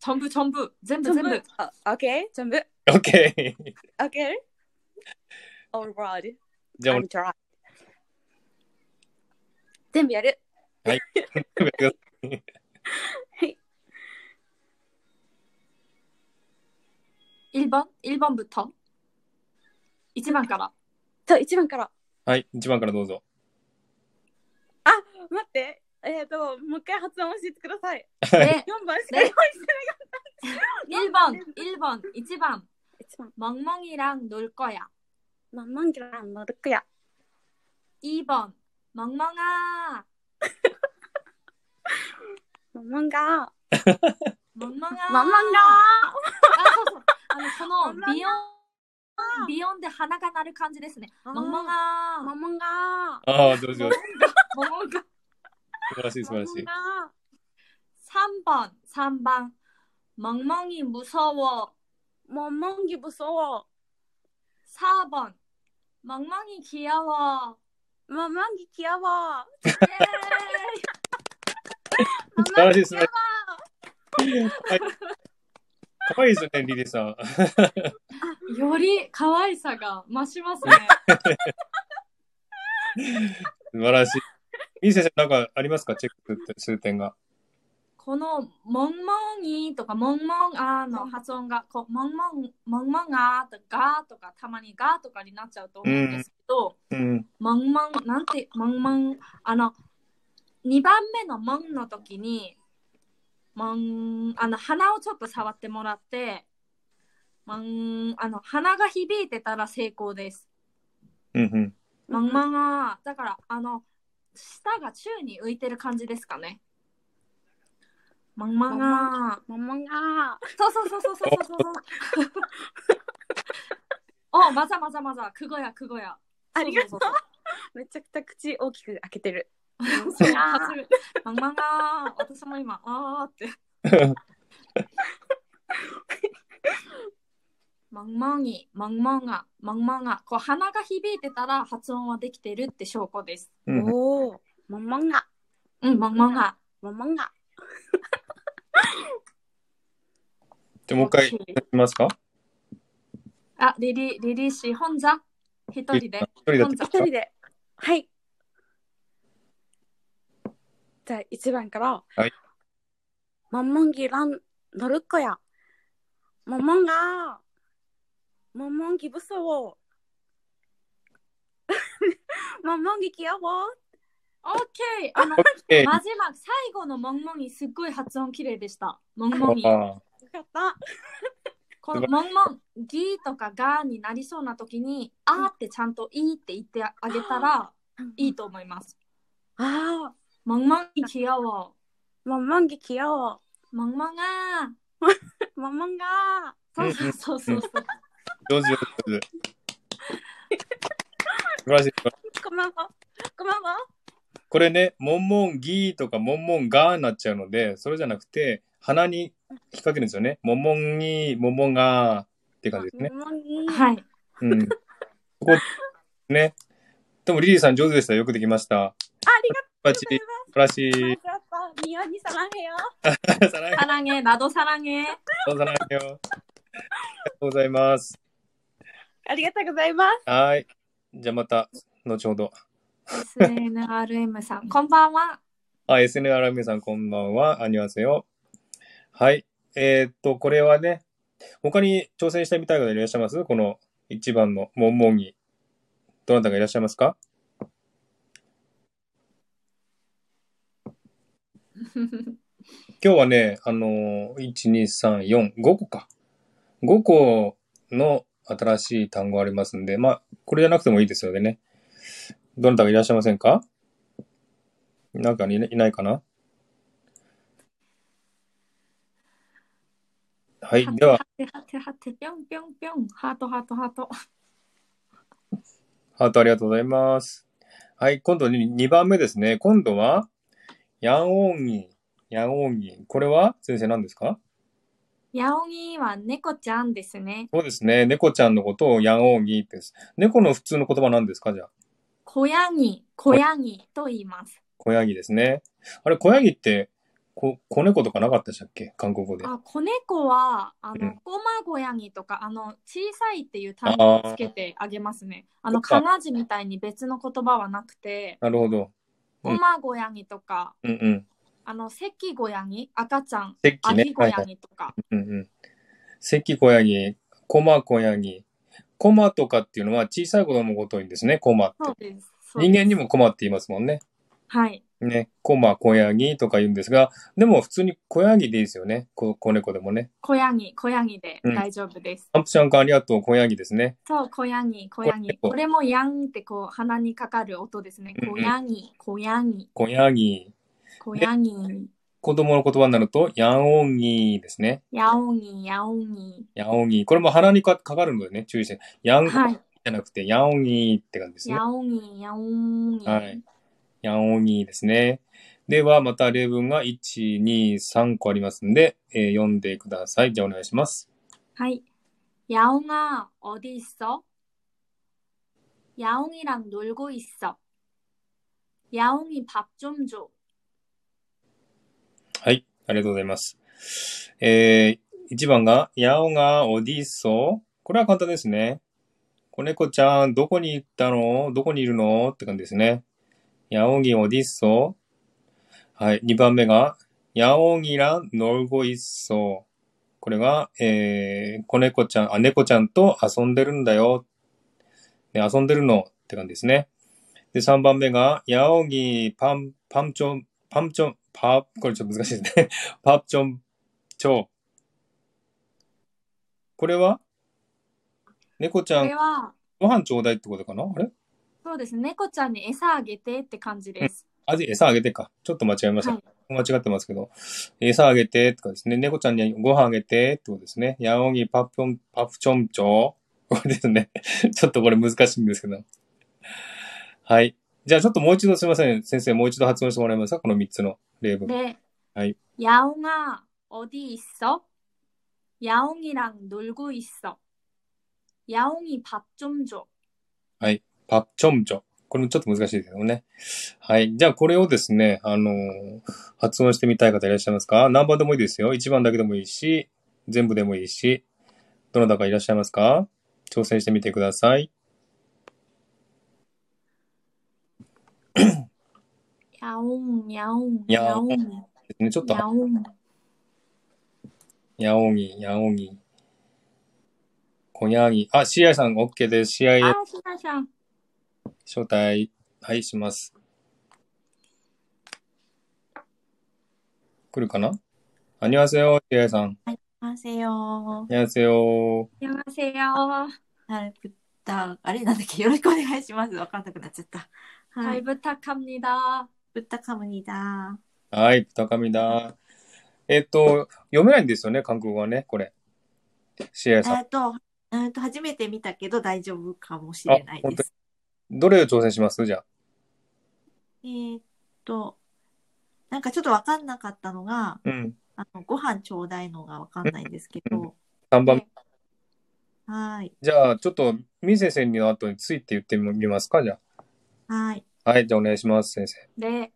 全部全部
チョンチョンブ？
全部全部全部全
チョン
部。
ブあ、オッケー、チョンブ、
?OK!
オッケー。All right,
じゃあ、もう
I'm try. 全部やる。
全部やってください
1番 ?1번부터 1번 から
そう、一番から。
はい、1番からどうぞ。
待って、えっ、ー、ともう一回発音教えてください。
네
四番し
ね
か用意してな
1번 1번
い。
1번
一番。
멍멍이랑 놀 거야
만만기랑노르크야
2번 멍멍아
만만가
멍멍아 아,
만만가
あそうそうあのその
멍멍아
ビヨンビヨンで鼻が鳴る感じですね
あー
멍멍아
만만가
ああ、上手上手。
멍멍아
素晴らしい素晴らし い。
만만가
3번 3번 멍멍이 무서워
만만기 무서워
4번 멍멍이 귀여워
만만기 귀여워
예이.
素晴らしい素晴らしい。かわいいですね、リリーさん。
より可愛さが増します ね。
素晴らしい。みー先生、なんかありますかチェックする点が。
この「もんもんに」とか「もんもんあ」の発音が「こうもんもんもんもんあ」とか「が」とかたまに「が」とかになっちゃうと思うんですけど
うん。
「もんもん」なんて「もんもん」あの2番目の「もん」の時に「もん」あの鼻をちょっと触ってもらって「もん」あの鼻が響いてたら成功です。
うんうん。
マンマンが、だから、あの、舌が宙に浮いてる感じですかね。マンマンが、
만만가
そうそうそうそうそうそう そう。お、まざまざまざ、くごやくごや。
ありがと
そ
う
うそう
めちゃくちゃ口大きく開けてる
そうそう初めマンマンが、私も今、あーって。 멍멍이, 멍멍아, 멍멍아. 그 하나가響いてたら発音はできてるって証拠です。
うん。
おお、もんもんが、
うん、멍멍아.
もんもんが。
じゃあもう一回、
OK
いきますか
あ、リリ、リリ氏혼자一人 で。
一人だと
本座
一人で。はい。じゃあ一番から。
はい。
もんもんぎらん乗るっこや。もんもんが。もんもんぎぶそを。 もんもんぎきやぼ。
オッケーあの、
オッケー
マジマ最後のモンモギすっごい発音綺麗でした。モンモギ。
あ
よかった。
このモンモン、ギーとかガーになりそうな時に、あーってちゃんといいって言ってあげたらいい。と思います。
ああ。
モンモギキヨを。
もんもんぎきやぼ。
モンモが
もんもんが。
そうそうそうそうそ
ー
う。
上手上手上手。素晴らしい。
こんばんは。こんばんは。
これね、モンモンギーとかモンモンガーになっちゃうので、それじゃなくて、鼻に引っ掛けるんですよね。モンモンギー、モンモンガーって感じですね。
もんもんぎ。。
はいい。
うん。ここ、ね。でもリリーさん上手でした。よくできました。
ありが
パ
と
チ
うご
リ、素晴ら
ざい
し
ます。
い。
よかった。みよにさらへよ。
さら
サラゲ、ラドサラゲ。
どうぞなよ。ありがとうございます。
ありがとうございます。
はい。じゃあまた、後ほど。
SNRM さ ん、こんばんは。
あ、SNRM さんこんばんは。あにわせよ。はい。えーっと、これはね、他に挑戦してみたい方いらっしゃいますこの一番のモンモンギ。どなたがいらっしゃいますか今日はね、あのー、1、2、3、4、5個か。5個の新しい単語ありますんで、まあ、これじゃなくてもいいですよね。どなたがいらっしゃいませんかなんかいないいないかなはい、では
は、てはてはて、ぴょんぴょんぴょん、ハートハートハート。
ハートありがとうございます。はい、今度に2番目ですね。今度は、ヤンオンギ、ヤンオンギ。これは先生何ですか
ヤオギは猫ちゃんですね。
そうですね。猫ちゃんのことをヤンオンギってです。猫の普通の言葉なんですかじゃあ。
小ヤギ、小ヤギと言います。
小ヤギですね。あれ、小ヤギって、こ、子猫とかなかったでしたっけ韓国語で。
あ、子猫は、あ
う
の
ん、
ゴマゴヤギとか、あの、小さいっていう単語をつけてあげますね。あの、
そっ
か
か
な字みたいに別の言葉はなくて、
なるほど。うん
ゴマゴヤギとか、
うんうん。
あの、関ゴヤギ、赤ちゃん、
石器
ア
ね
ギ。ゴ
はい
ヤ
はい。
ギとか。
うんうん。石小ヤギ、コマ小ヤギ。コマとかっていうのは小さい子供のことを言うんですね。コマって
そう。です。そうです
人間に。もコマって言いますもんね。
はい。
ね。コマ小ヤギとか言うんですが、でも普通に小ヤギでいいですよね。子子猫でもね。
小ヤギ、小ヤギで大丈夫です。
アンプシャン君ありがとう。小ヤギですね。
そう、小ヤギ、小ヤギ。
こ
これもヤンってこう、鼻にかかる音ですね。
うんうん
小ヤギ、小ヤギ、
小ヤギ。
小ヤギ、
子供の言葉になると、ヤンオンギですね。
ヤオギ、ヤオギ。
ヤオギ。これも鼻にかかかるのでね、注意して。ヤンじ
はい。
ゃなくて、ヤオギって感じですね。
ヤオギ、ヤオギ。
はい。ヤオギですね。では、また例文が1、2、3個ありますんで、えー読んでください。じゃあお願いします。
하이. 야옹아, 어디 있어? 야옹이랑 놀고 있어. 야옹이 밥 좀 줘.
はい。ありがとうございます。えー、1番が、ヤオがおディソこれは簡単ですね。子猫ちゃん、どこに行ったのどこにいるのって感じですね。ヤオギおディソはい。2番目が、ヤオギらノルゴイッソこれが、えー、子猫ちゃん、あ、猫ちゃんと遊んでるんだよ。ね、遊んでるのって感じですね。で、3番目が、ヤオギパン、パンチョン、パンチョン、パー、これちょっと難しいですね。 パープチョン、チョウ。これは猫ちゃ
こ
ん
れ、は、
ご飯ちょうだいってことかなあれ
そうですね。猫ちゃんに餌あげてって感じです。
あじ、餌あげてか。ちょっと間違えました。
はい
間違ってますけど。餌あげてとかですね。猫ちゃんにご飯あげてってことですね。ヤオギパプチョン、パプチョンチョウ。これですね。ちょっとこれ難しいんですけど。はい。じゃあちょっともう一度すいません。先生、もう一度発音してもらえますかこの3つの例文。
네.
아이.
야옹아, 어디 있어? 야옹이랑 놀고 있어. 야옹이 밥 좀 줘.
밥チョムチョ。これもちょっと難しいですけどね。はい。じゃあこれをですね、あのー発音してみたい方いらっしゃいますか何番でもいいですよ。1番だけでもいいし、全部でもいいし、どなたかいらっしゃいますか挑戦してみてください。
야옹, 야옹,
야옹.
야옹,
ですねちょっと、
야옹.
やおぎ、やおぎ。こにゃぎ。あ、シアイさん OK です。シアイへ
아, 신하샹.
招待、はい、します。来るかな안녕하세요、シアイさん。
안녕하세요.
안녕하세요。
안녕하세요.
잘 부탁, 아니, 나는 기열거리하시마스. 아까한테 끝났다.
잘
잘
부탁합니다.
부탁합니다.
はい、高見だ。えっと、読めないんですよね、韓国語はね、これ。シアイさん。
아, 또, 아, 또, 初めて見たけど大丈夫かもしれないです。
どれを挑戦しますじゃあ。
えーっと、なんかちょっとわかんなかったのが、
うん。
あの、ご飯ちょうだいのがわかんないんですけど、
3番。
네.
はい、
じゃあ、ちょっと、ミ先生の後について言ってみますかじゃ
はい、
あ。はい、じゃあお願いします、先生。
네.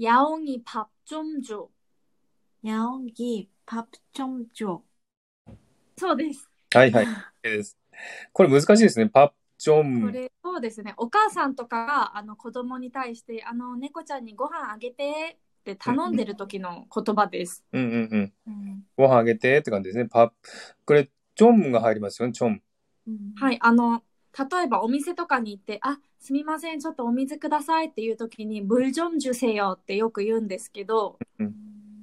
야옹이 밥 좀 줘.
야옹기 밥점조.
소데스.
はいはい。OK です。これ難しいですね。パッチョ
こ
ン。
れそうですね、お母さんとかがあの子供に対して、あの猫ちゃんにご飯あげてって頼んでる時の言葉です。
うんうんうん。
음,
ご飯あげてって感じですね。パッ。これ、チョンが入りますよね。チョン。
음,
はい、あの例えばお店とかに行って、あすみません、ちょっとお水くださいっていう時に、물좀주세요ってよく言うんですけど、
음,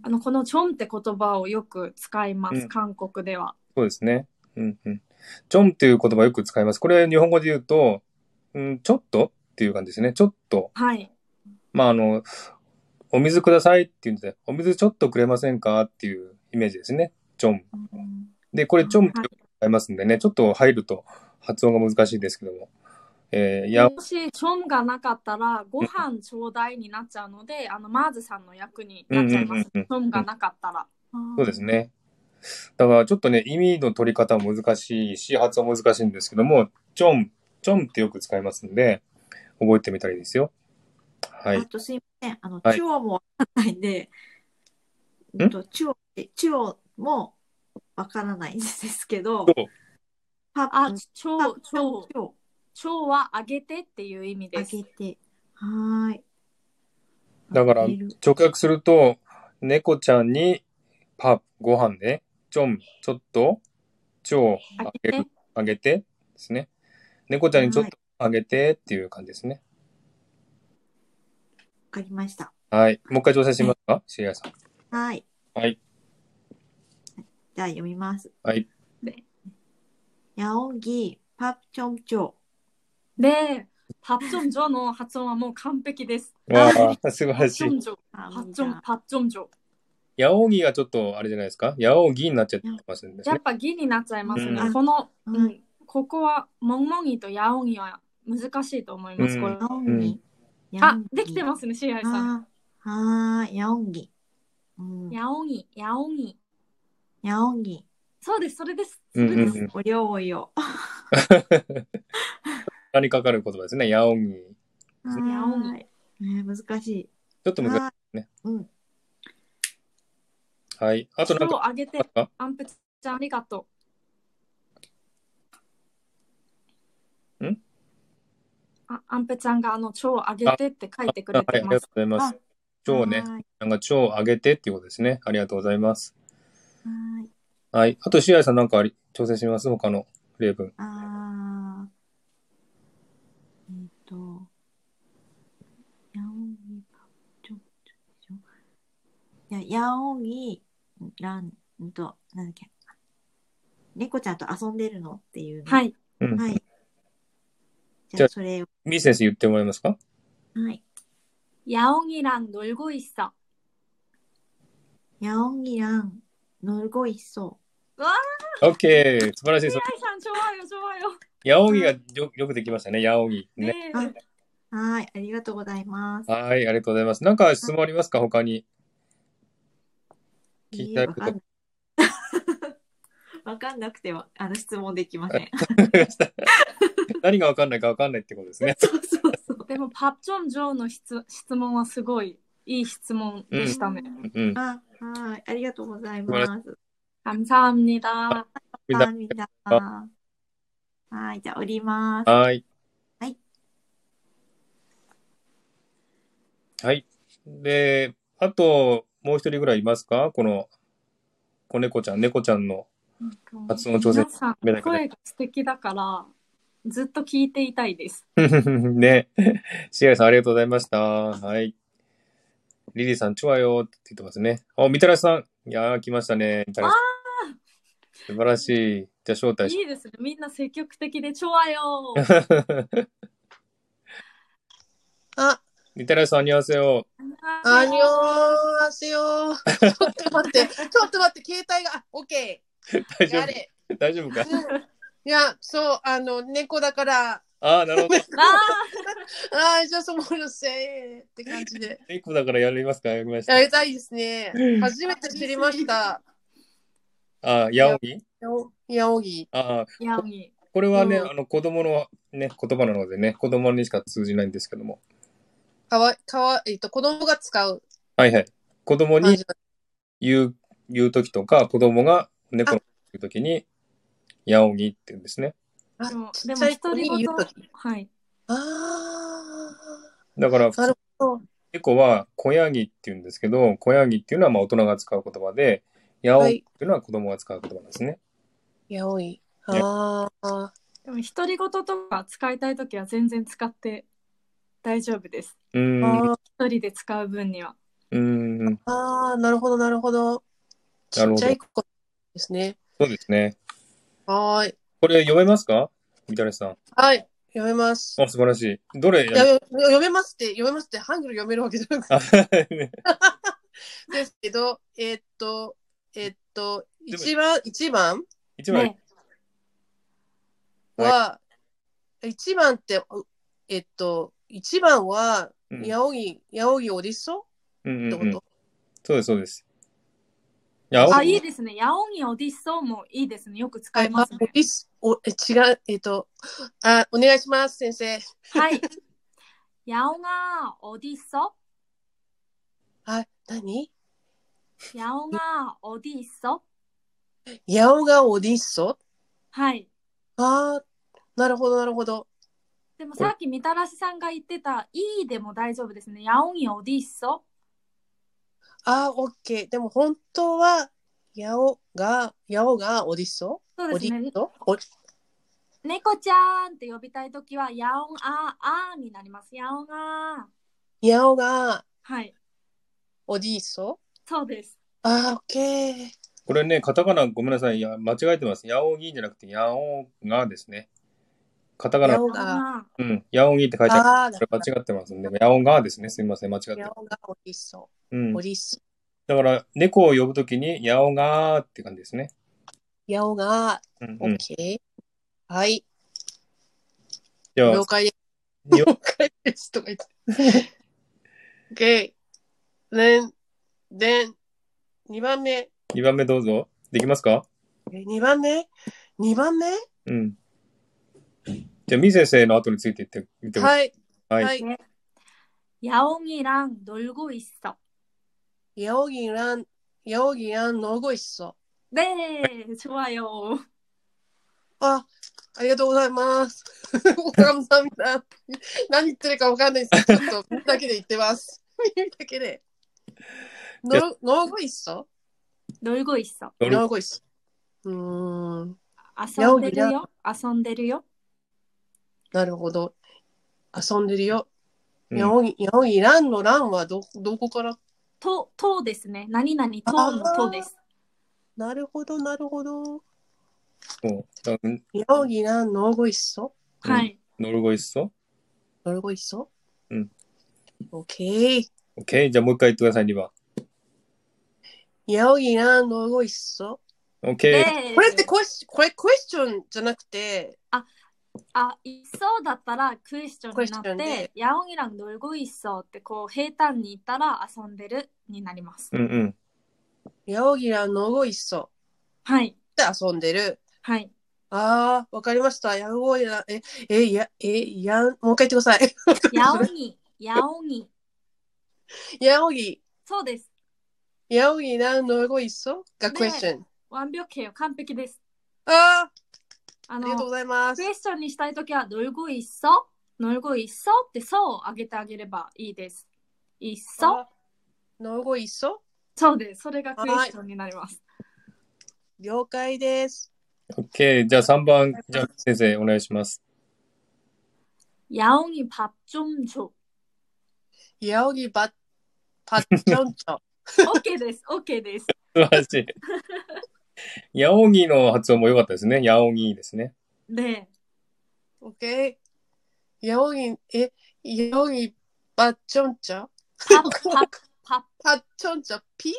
あのこのチョンって言葉をよく使いま
う
す、
ん
韓国では。
そうですね。うんうん。チョンっていう言葉よく使います。これ、日本語で言うと、うん、ちょっとっていう感じですね。ちょっと。
はい、
まあ、あの、お水くださいって言うんで、お水ちょっとくれませんかっていうイメージですね。チョン。
음.
で、これ、チョンって
は
よ
い
く使いますんでね。ちょっと入ると発音が難しいですけども。えー、や、
もしチョンがなかったら、ご飯ちょうだいになっちゃうので、あのマーズさんの役になっちゃいます、
うんうんうんうん
チョンがなかったら。
아,
そうですね。だからちょっとね、意味の取り方も難しいし、発音難しいんですけども、ちょん、ちょんってよく使いますんで、覚えてみたらいいですよ。はい
あ。とすいません、あの、
はい
中央もわからないんで、
ん
うんと、中央、中央もわからないんですけど、
中央
パ
あ、
パ
ちょう、ち
パ
ょう。
中央
蝶はあげてっていう意味
上
です
げ。て、はーい。
だから
上げる
直訳すると、猫ちゃんにパプ、ご飯ね、ちょん、ちょっと、ちょう、
あ
あ
げ
げ
て
る、。あげてですね。猫ちゃんにちょっとあげてっていう感じですね。
わかりました。
はい。もう一回挑戦しますかシリアさん。
はい。
はい。
じゃあ読みます。
はい。
ヤオンギ、パプチョンチョ。
で、パッチョンジョの発音はもう完璧です。
わあ、素晴
パ
ら
ッ
し
チョ
い。
ンジョ、パ
あ
ッチョン、パッチョンジョ。
ヤオギがちょっとあれじゃないですかヤオギになっちゃってますんです
や
ね
っ。ぱギになっちゃいますね
う。ん
この、
うん
うんここはモンモギとヤオギは難しいと思います。
うん
これ
ヤオンギ。。
あ、できてますすね、シアイさん。
あーはーい。ヤオンギ。うん。
ヤオギ、ヤオギ。
ヤオンギ。
そうです、それです。そ
うん
れ
う
で
ん
す。
うん。
お料およ。
何にかかる言葉ですね。ヤオギ。
ヤオン
はい。ね難しい。
ちょっと難し
はい
ね。
うん。
い。はい。あとなんか
蝶あげ
あり
て、
ますか
アンプちゃんありがとう。
ん
あアンプちゃんがあの蝶をあげてって書いてくれ
はい、あ
て
りが
ま
とう
す。
ございます。超ね。
はい。
なんか超上げてっていうことですね。ありがとうございます。
はい
はい。あと、シアイさんなんかあり挑戦します他の例文。
あーえっ、と、ヤオギパちょちょちょいやヤオギランんと、なんだっけ、猫ちゃんと遊んでるのっていうの、
はい。
うん。
はい。
じ
じ
ゃあ
ゃあ、それを、
ミー先生言ってもらえますか
はい。
야옹이랑 놀고 있어.
야옹이랑 놀고 있어.
?OK! 素晴らしい。
시아이상 좋아요, 좋아요.
ヤオギがよよくできましたね。ヤオギ。ね。
네.
아. はい、ありがとうございます。
はい。ありがとうございます。なんか質問ありますか他に。聞きたいこと
えーわかんない わかんなくては、あの、質問できま せん。
何がわかんないかわかんないってことです ね。
そうそうそう。
でも밥 좀 줘の質質問はすごいいい質問でしたね。
うん。
あ、はい。ありがとうございます。
감사합니다。
みんな
あみんな。はい。じゃあ、降ります。
はーい。
はい。
はい。で、あと、もう一人ぐらいいますかこの、子猫ちゃん、猫ちゃんの発音調整
皆。さん声が素敵だからずっと聞いていたいです。
ね。シエさん、ありがとうございました。はい。リリーさん、チュワよって言ってますね。あ、みたらしさん。いやー、来ましたね。みたらし素晴らしい。じゃあ、招待し
いいですね。みんな積極的で超わよ。
아,
みたらしさん、안녕하세요。
안녕하세요. ちょっと待って、ちょっと待って、携帯が、あオッケ
大
ー、
丈
や
夫
れ。
大丈夫 か
いや、そう、あの、猫だから、
ああ、なるほど。
ああ
あー、じゃあ、そのうせえって感じで。
一個だからやりますかやりました
や。りたいですね。初めて知りました。
ああ、ヤオギ
ヤオギ。
ああ、
ヤオギ。
これはね、
うん
あの、子供のね、言葉なのでね、子供にしか通じないんですけども。
かわ、かわ、えっと、子供が使う
はいはい。子供
感
に
じだ。
言う、言うときとか、子供が猫の言うときに、ヤオギって言うんですね。
あ
でも
ち
で
っち
も
ゃい子
独り
に
言
言うとき。
はい。
あ
だから、
なるほど
猫は小ヤギって言うんですけど、小ヤギっていうのはまあ大人が使う言葉で、ヤオギっていうのは子供が使う言葉なんですね。
ー、ヤオギ。ああ。
でも独り言とか使いたいときは全然使って大丈夫です。
うーん、
あ
一人で使う分には。
うーん、
あー、なるほど、なるほど。ち
なる
っ
ほ
ち
ど
ゃい子ですね。
そうですね。
はーい。
これ読めますかみたらしさん。
はい。読めます。
あ、素晴らしい。どれ
いやよ読めますって、読めますって、ハングル読めるわけじゃなくて
あ ね
ですけど、えーっと、えーっと、
でも
一番、一番
一枚、
ね。
は、一番って、うえーっと、一番は、
うん
ヤオギ、ヤオギオリソ
うん
って
うん
こ
うん
と。
そうです、そうです。ヤオ
あ、
ギ
いいですね。ヤオギオディッソーもいいですね。よく使
はいい、
ま
あ
す
オ
ね。
リス、お、え、違う、えーっと、あ、お願いします、先生。
はい。ヤオガオディッソ
あ、何
ーヤオガオディッソー
ヤオガオリソ
はい。
あー、なるほど、なるほど。
でも
これ
さっきみたらしさんが言ってた、いいでも大丈夫ですね。ヤオギオディッソ
あー、オッケー。でも本当は、ヤオが、ヤオがオリソ
ーそう
オ
です
リ
ね。
ソオリ
猫ちゃんって呼びたいときは、ヤオンアーアーになります。ヤオンアー。
ヤオが
はい。
おじいそ
そうです。
あー、オッケー。
これね、カタカナごめんなさい。いや間違えてます。ヤオギじゃなくて、ヤオガですね。カタカナ
ヤ、
ヤ
オ
オン
が、
ア
うん、ヤオギって書いてある。
あ
これ間違ってますんで、ヤオガですね。すみません、間違って
ー、ヤ
る。
オがおじいそ
うん。
おりそ
だから、猫を呼ぶときに、ヤオガーって感じですね。
ヤオが、
うん、
オ
うん
ッ。ケー。はい、
じゃあ
了、解です。
よ
了解です。とか言って。オッケー。でん、でん、2番目。
2番目どうぞ。できますか
え2番目 ?2 番目
うん。じゃあ、み先生の後についていって、見てもら
はい、
は。
はいい。
ー。ヤオギラン、ドルゴイッソ。
ヤオギラン、ヤオギラン、ノゴイソ
ねえ、좋아요。
あ、ありがとうございます。 おかみさんみたいな。何言ってるかわかんないです。ちょっと耳だけで言ってます。 耳だけで。
じゃ
の、のごいっそ
놀고있어。
ノル
のごいっそ。うーん。
遊んでるよ。遊んでるよ。
なるほど。遊んでるよ。
うん
やおぎ、やおぎ、ランのランはど、どこから
と、とですね。何々とのとです。
なるほど、なるほど。
そうだから
やおぎ、ラン、のごいっそ
ー
はい。
ノルゴイッソ
のごいっそ
うん。
オッケー。
オッケー。じゃあ、もう一回言ってください、2番。
やおぎ、ラン、のごいっそ
オッケー。
ねえ
これってクエス、これクエスチョンじゃなくて、
あ、いっそうだったらクエスチョンになっ
クエスチョン
て
で、
ヤオギラン놀고있어ってこう平坦に言ったら遊んでるになります。
うんうん。
ヤオギラのごいっそ。
はい。
で遊んでる。
はい。
ああ、わかりました。やんごいな。え、え、や、え、やん、もう一回言ってください。
ヤオギ、ヤオギ。
やおぎ、
そうです。
야옹이 난 놀고 있어? 가
네.
question.
완벽해요. 완璧です。
아,
あ
あ
の
りがとうございます
ク。エスチョンにしたいときは、놀고있어 놀고있어って、そうをあげてあげればいいです。いっそ
あ놀고 있어?
そうです。それがクエスチョンになります。
了解です。
OK。じゃあ3番、じゃあ先生お願いします。
ヤオギ밥좀 줘。
야옹이 밭, 밭전처.
OK です。OK です。
素晴らしい。ヤオギの発音も良かったですね。ヤオギですね。
で、
오케이. 야옹이, 예, 야옹이 밭전처.
パッパ ッパッ
밭전처. 피?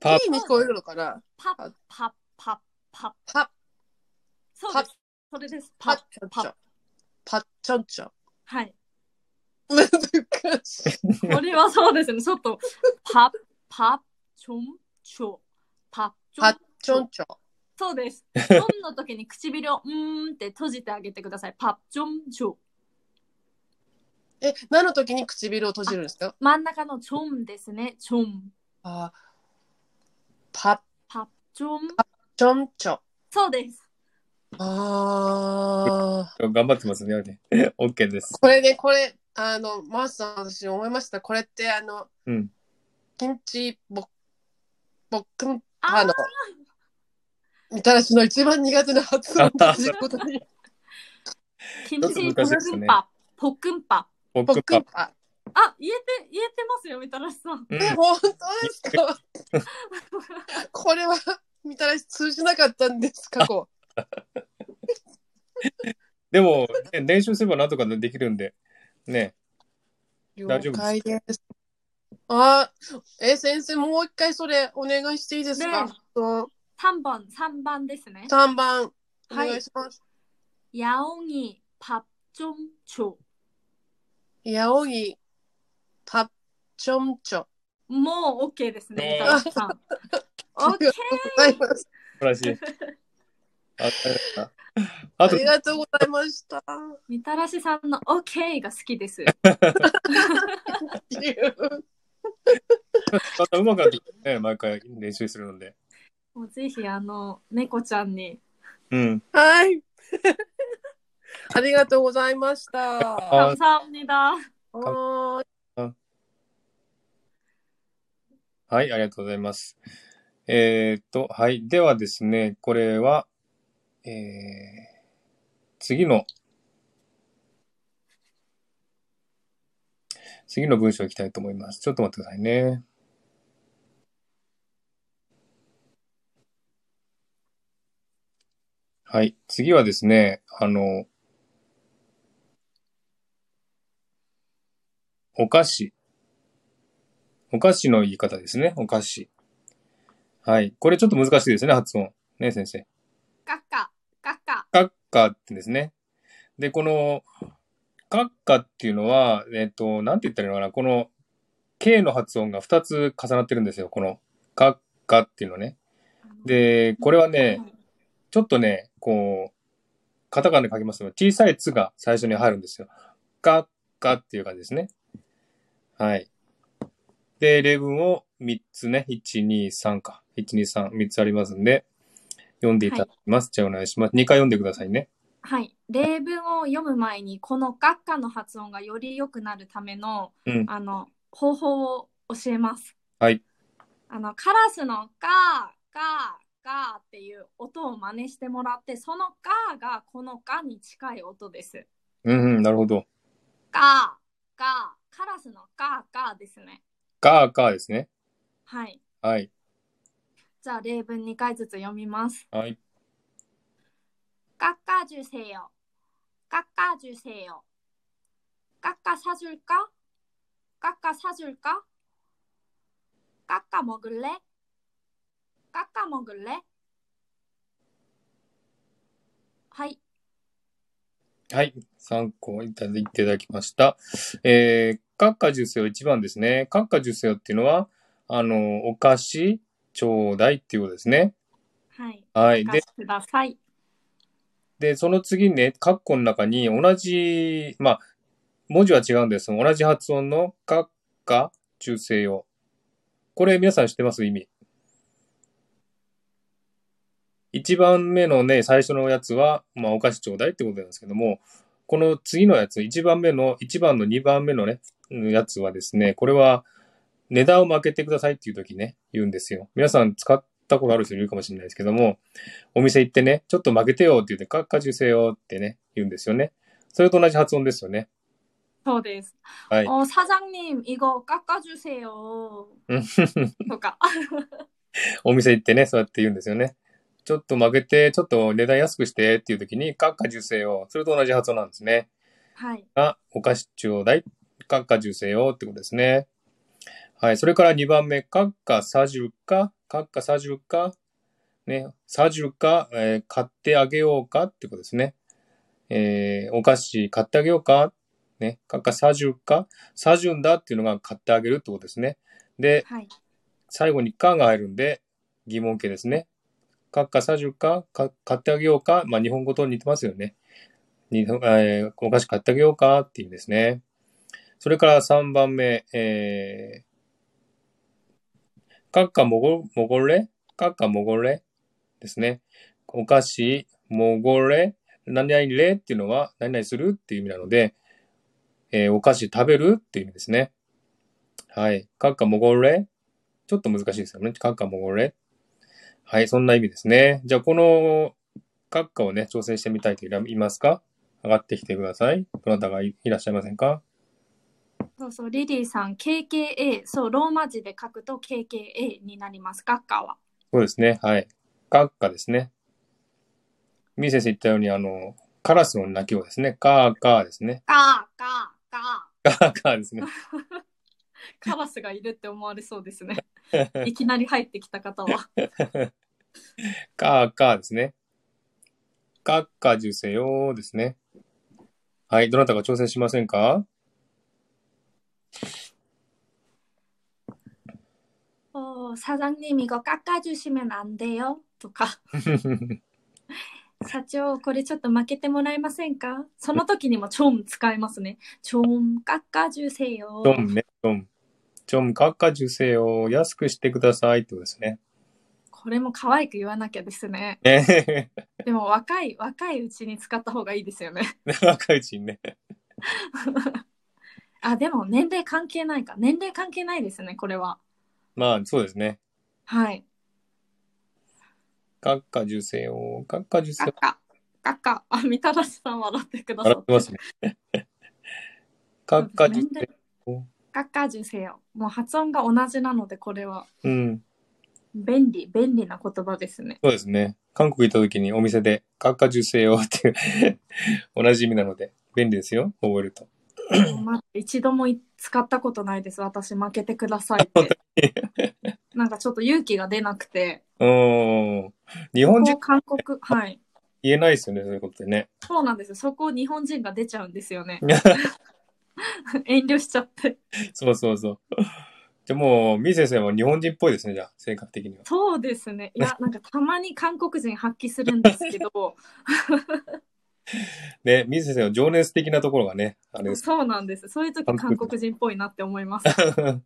パ
피に聞こえるのかな
パッパッパッパッ。
パッ
そう
パ
で
ッ
す。それです。パッパッ
밭전처. 밭전처.
はい。
難しい。
これはそうですね。ちょっと、パッパッチョンチョ。パッチョン。
밭전처.
そう です。飲むの時に唇をうーんって閉じてあげてください。パッチョンチョ。
え、何の時に唇を閉じるんですか
真ん中のチョンですね。チョン。
あー、
パッチョン。
밭전처.
そうです。
ああ。
頑張ってますね。OK です。
これね、これ、あの、マースさん、私思いました。これって、あの、
うん。
キンチボッ、ボックンパ
あ
ーの、みたらしの一番苦手な発音ということに、
ー、キム
ょっと
チポ
難しいで
ッ
す
ク
ね
ンパ。ポックンパ。
ボ
ボ
ック
ックン
パ。
パ
あ、言えて、言えてますよ、みたらしさん。
う
ー。え、
ん。
本当ですか これは、みたらし通じなかったんです、過去。
でも、ね練習すればなんとかできるんで。ね。大丈夫です
了解です。あーえ、先生、もう一回それ、お願いしていいですか、
ね
と
3番、3番ですね。
?3 番、お
はい
願いします。
야옹이밥좀 줘.
ヤオギ、パッチョンチョ。
もう OK です
ね
ね、みたらし さん。
あり
OK!
がとうございます。
素晴らしい。あわかりましたあ
あ
と
り、がとうございました。
みたらしさんの OK が好きです。
またうまくなってくるね。毎回練習するので。
もうぜひ、あの、猫ちゃんに。
うん。
はい。 ありがとうございました。は
あ
감사합니다
ーい。
はい、ありがとうございます。えーっと、はい。ではですね、これは、えー、次の、次の文章いきたいと思います。ちょっと待ってくださいね。はい。次はですね、あの、お菓子。お菓子の言い方ですね。お菓子。はい。これちょっと難しいですね、発音。ね、先生。
カッカ、カッカ。
カッカってですね。で、この、カッカっていうのは、えっ、と、なんて言ったらいいのかな。この、K の発音が2つ重なってるんですよ。この、カッカっていうのね。で、これはね、ちょっとね、こう、カタカナで書きますと、小さい「つ」が最初に入るんですよ。ガッガッっていう感じですね。はい。で、例文を3つね、1、2、3か。1、2、3、3つありますんで、読んでいただきます。じゃあお願いします。2回読んでくださいね。
はい、例文を読む前にこの「学科」の発音がより良くなるための
うん。
あの方法を教えます。
はい。
あのカラスの「ガーガーガー」っていう音を真似してもらってその「ガー」がこの「ガ」に近い音です。
うんうん、なるほど。
ガーガーカラスの「ガーガー」ですね。
ガーガーですね。
はい。
はい。
じゃあ例文2回ずつ読みます。
はい。
ガッカージュセヨ。ガッカージュセヨ。ガッカサジュルカガッカサジュルカガッカモグレガッカモグレはい。
はい。参考いただいていただきました。えー、閣下受精1番ですね。閣下受精っていうのは、あの、お菓子ちょうだいっていうことですね。
はい。
はい。
お
で
貸し、ください。
で、その次ね、カッコの中に同じ、まあ、文字は違うんです同じ発音のカッカ中性用。これ皆さん知ってます意味。一番目のね、最初のやつは、まあ、お菓子ちょうだいってことなんですけども、この次のやつ、一番目の、一番の二番目のね、やつはですね、これは、値段を負けてくださいっていう時ね、言うんですよ。皆さん使ったことある人いるかもしれないですけども、お店行ってね、ちょっと負けてよって言って、カッカ中性よってね、言うんですよね。それと同じ発音ですよね。
そうです。
はい。
어 사장님 이거 깎아주세요.
음.
그까
お店行ってね、そうやって言うんですよね。ちょっと負けて、ちょっと値段安くしてっていう時に、カッカ中性よ。それと同じ発音なんですね。
하이.
が、お菓子ちょうだい。カッカ重生よってことですね。はい。それから2番目、カッカサジュか、カッカサジュか、ね、サジュか、えー買ってあげようかってことですね。えーお菓子買ってあげようか、ね、カッカサジュか、サジュンだっていうのが買ってあげるってことですね。で、
하이.
最後にかが入るんで、疑問形ですね。かっかさじゅか、か、買ってあげようか。まあ、日本語と似てますよね。日本えーお菓子買ってあげようかっていう意味ですね。それから3番目、えー、かっかもご、もごれかっかもごれですね。お菓子、もごれ、何々れっていうのは、何々するっていう意味なので、えーお菓子食べるっていう意味ですね。はい。かっかもごれちょっと難しいですよね。カッカもこれ。はい、そんな意味ですね。じゃあ、このカッカをね、挑戦してみたいという人いますか上がってきてください。どなたがいいらっしゃいませんか
그래서 리리 상 KKA. 소 로마지에 書くと KKA になります. 깎아와.
そうですね。はい。カッカですね。みー先生言ったように、あの、カラスの鳴き声ですね。カーカーですね。
까까까.
カーカーですね。
カラスがいるって思われそうで すね。いきなり入ってきた方 は。
カーカーですね。カッカ受精よですね。はい、どなたが挑戦しませんか
어 사장님 이거 깎아주시면 안 돼요? とか社長これちょっと負けてもらえませんかその時にもチョン使えますね。チョン깎아주세요.
ちょんね、ちょん。ちょん、カッカ受精を安くしてくださいってことですね。
これも可愛く言わなきゃですね。
ね
でも若い若いうちに使った方がいいですよね。
若いうちにね。
あでも年齢関係ないか年齢関係ないですねこれは。
まあ、そうですね。
はい。
カッカ受精を、カッカ受精
カッカカッカあみたらしさん笑ってくださ
笑
っ
ってます
て。
ね。カッカ受
年
精
齢カッカ受よもう発音が同じなのでこれは
うん、
便利便利な言葉で すね。
そうですね。韓国行った時にお店で、カッカ受精を っていう、同じ意味なので、便利ですよ。覚えると。
まあ、一度もい使ったことないです。私負けてくださいって。なんかちょっと勇気が出なくて。
うーん。日本
こ
人
う韓国、はい。
言えないですよね、そういうことでね。
そうなんですよ。そこ日本人が出ちゃうんです よね。遠慮しちゃって。
そうそうそう。じゃあもう、みー先生は日本人っぽいですね、じゃあ、性格的には。
そうですね。いや、なんかたまに韓国人発揮するんですけど、
ね、みー先生の情熱的なところがね、 あれです。
そうなんです。そういう時韓国人っぽいなって思います。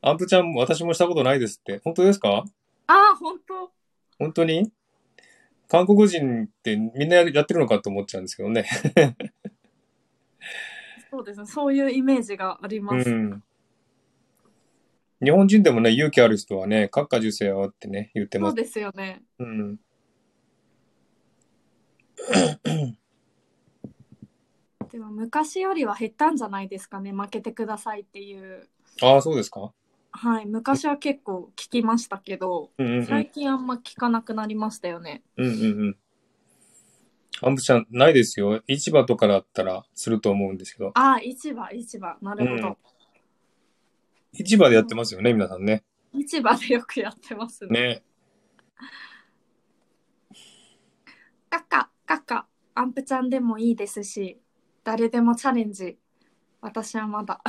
アンプちゃんも私もしたことないですって。本当ですか
ああ、本当
本当に韓国人ってみんなやってるのかと思っちゃうんですけどね。
そうですね。そういうイメージがあり
う
ます。
ん。日本人でもね、勇気ある人はね、閣下受精よってね、言って
そ
ま
う
す。
ですよね。
うん。
でも昔よりは減ったんじゃないですかね。負けてくださいっていう。
ああ、そうですか
はい。昔は結構聞きましたけど、
うんうんうん
最。近あんま聞かなくなりましたよね。
うんうんうん。アンプちゃん、ないですよ。市場とかだったらすると思うんですけど。
ああ、市場、市場。なるほど。
市場でやってますよね、皆さんね。
市場でよくやってます
ね。
ね。カッカ、カッカ、アンプちゃんでもいいですし、誰でもチャレンジ。私はまだ。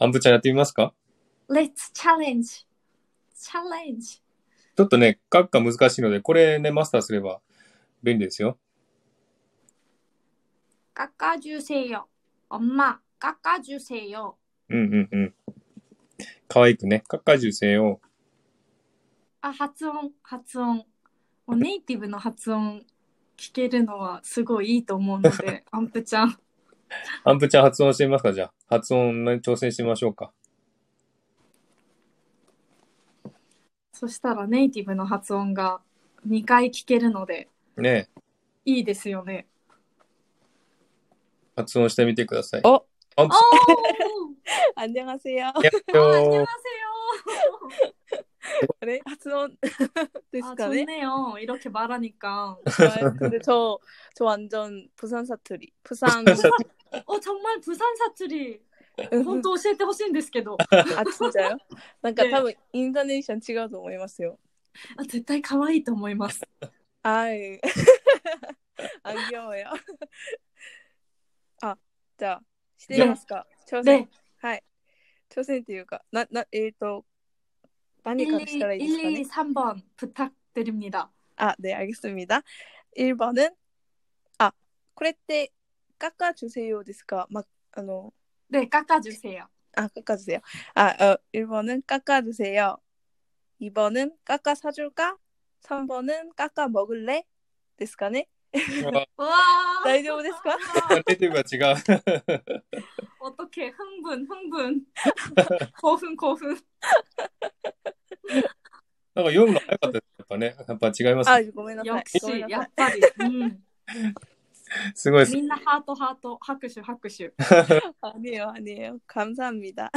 アンプちゃんやってみますか
レッツチャレンジチャレンジ
ちょっとね、学科難しいので、これね、マスターすれば便利ですよ。
깎아주세요. 엄마, 깎아주세요.
うんうんうん。可愛くね、カッカジュセヨ
あ、発音、発音。もうネイティブの発音聞けるのはすごいいいと思うの で、アンプちゃん。
アンプちゃん発音してみますかじゃあ。発音の挑戦してみましょうか。
そしたらネイティブの発音が2回聞けるので、
ねえ
いいですよね。
発音してみてください。
お
アンプ
おー
안녕하세요.
ちゃん、
あ、
やっ
안녕하세
ち
요
ょ
네, 하트온
아,
됐을까네?
좋네요. 이렇게 말하니까.
좋아요. 근데 저, 저 완전 부산 사투리. 부산.
어, 정말 부산 사투리. 本当教えてほしいんですけど。
아, 진짜요? 그러니까
네.
多分 인도네시안 찍어도 思いますよ.
あ絶対可愛いと思います。
아이. 안 귀여워요. 아, 자, 시대마스카. 초생.
で、
하이. 挑戦っていうか、な、な、えーと、
1,
何からしたらいいですか
2,
ね
3번부탁드립니다。
아, 네, 알겠습니다. 1번은 아, これって 깎아 주세요 ですか? 막あの
네, 깎아주세요.
아, 깎아 주세요. 아, 어, 1번은 깎아 주세요. 2번은 깎아 사 줄까? 3번은 깎아 먹을래? ですかね?
わあ
大丈夫ですか?
っとネイティブが違う。
어떡해. 흥분, 흥분. 고훈, 고훈.
なんか読むの早かったです。やっぱね。やっぱ違います、
아,
ね。
ごめんなさい.
역시,
ごめんなさ
야
い.
빨리 음.
すごいです。
민나 하토 하토 학슈 학슈.
아니에요, 아니에요. 감사합니다.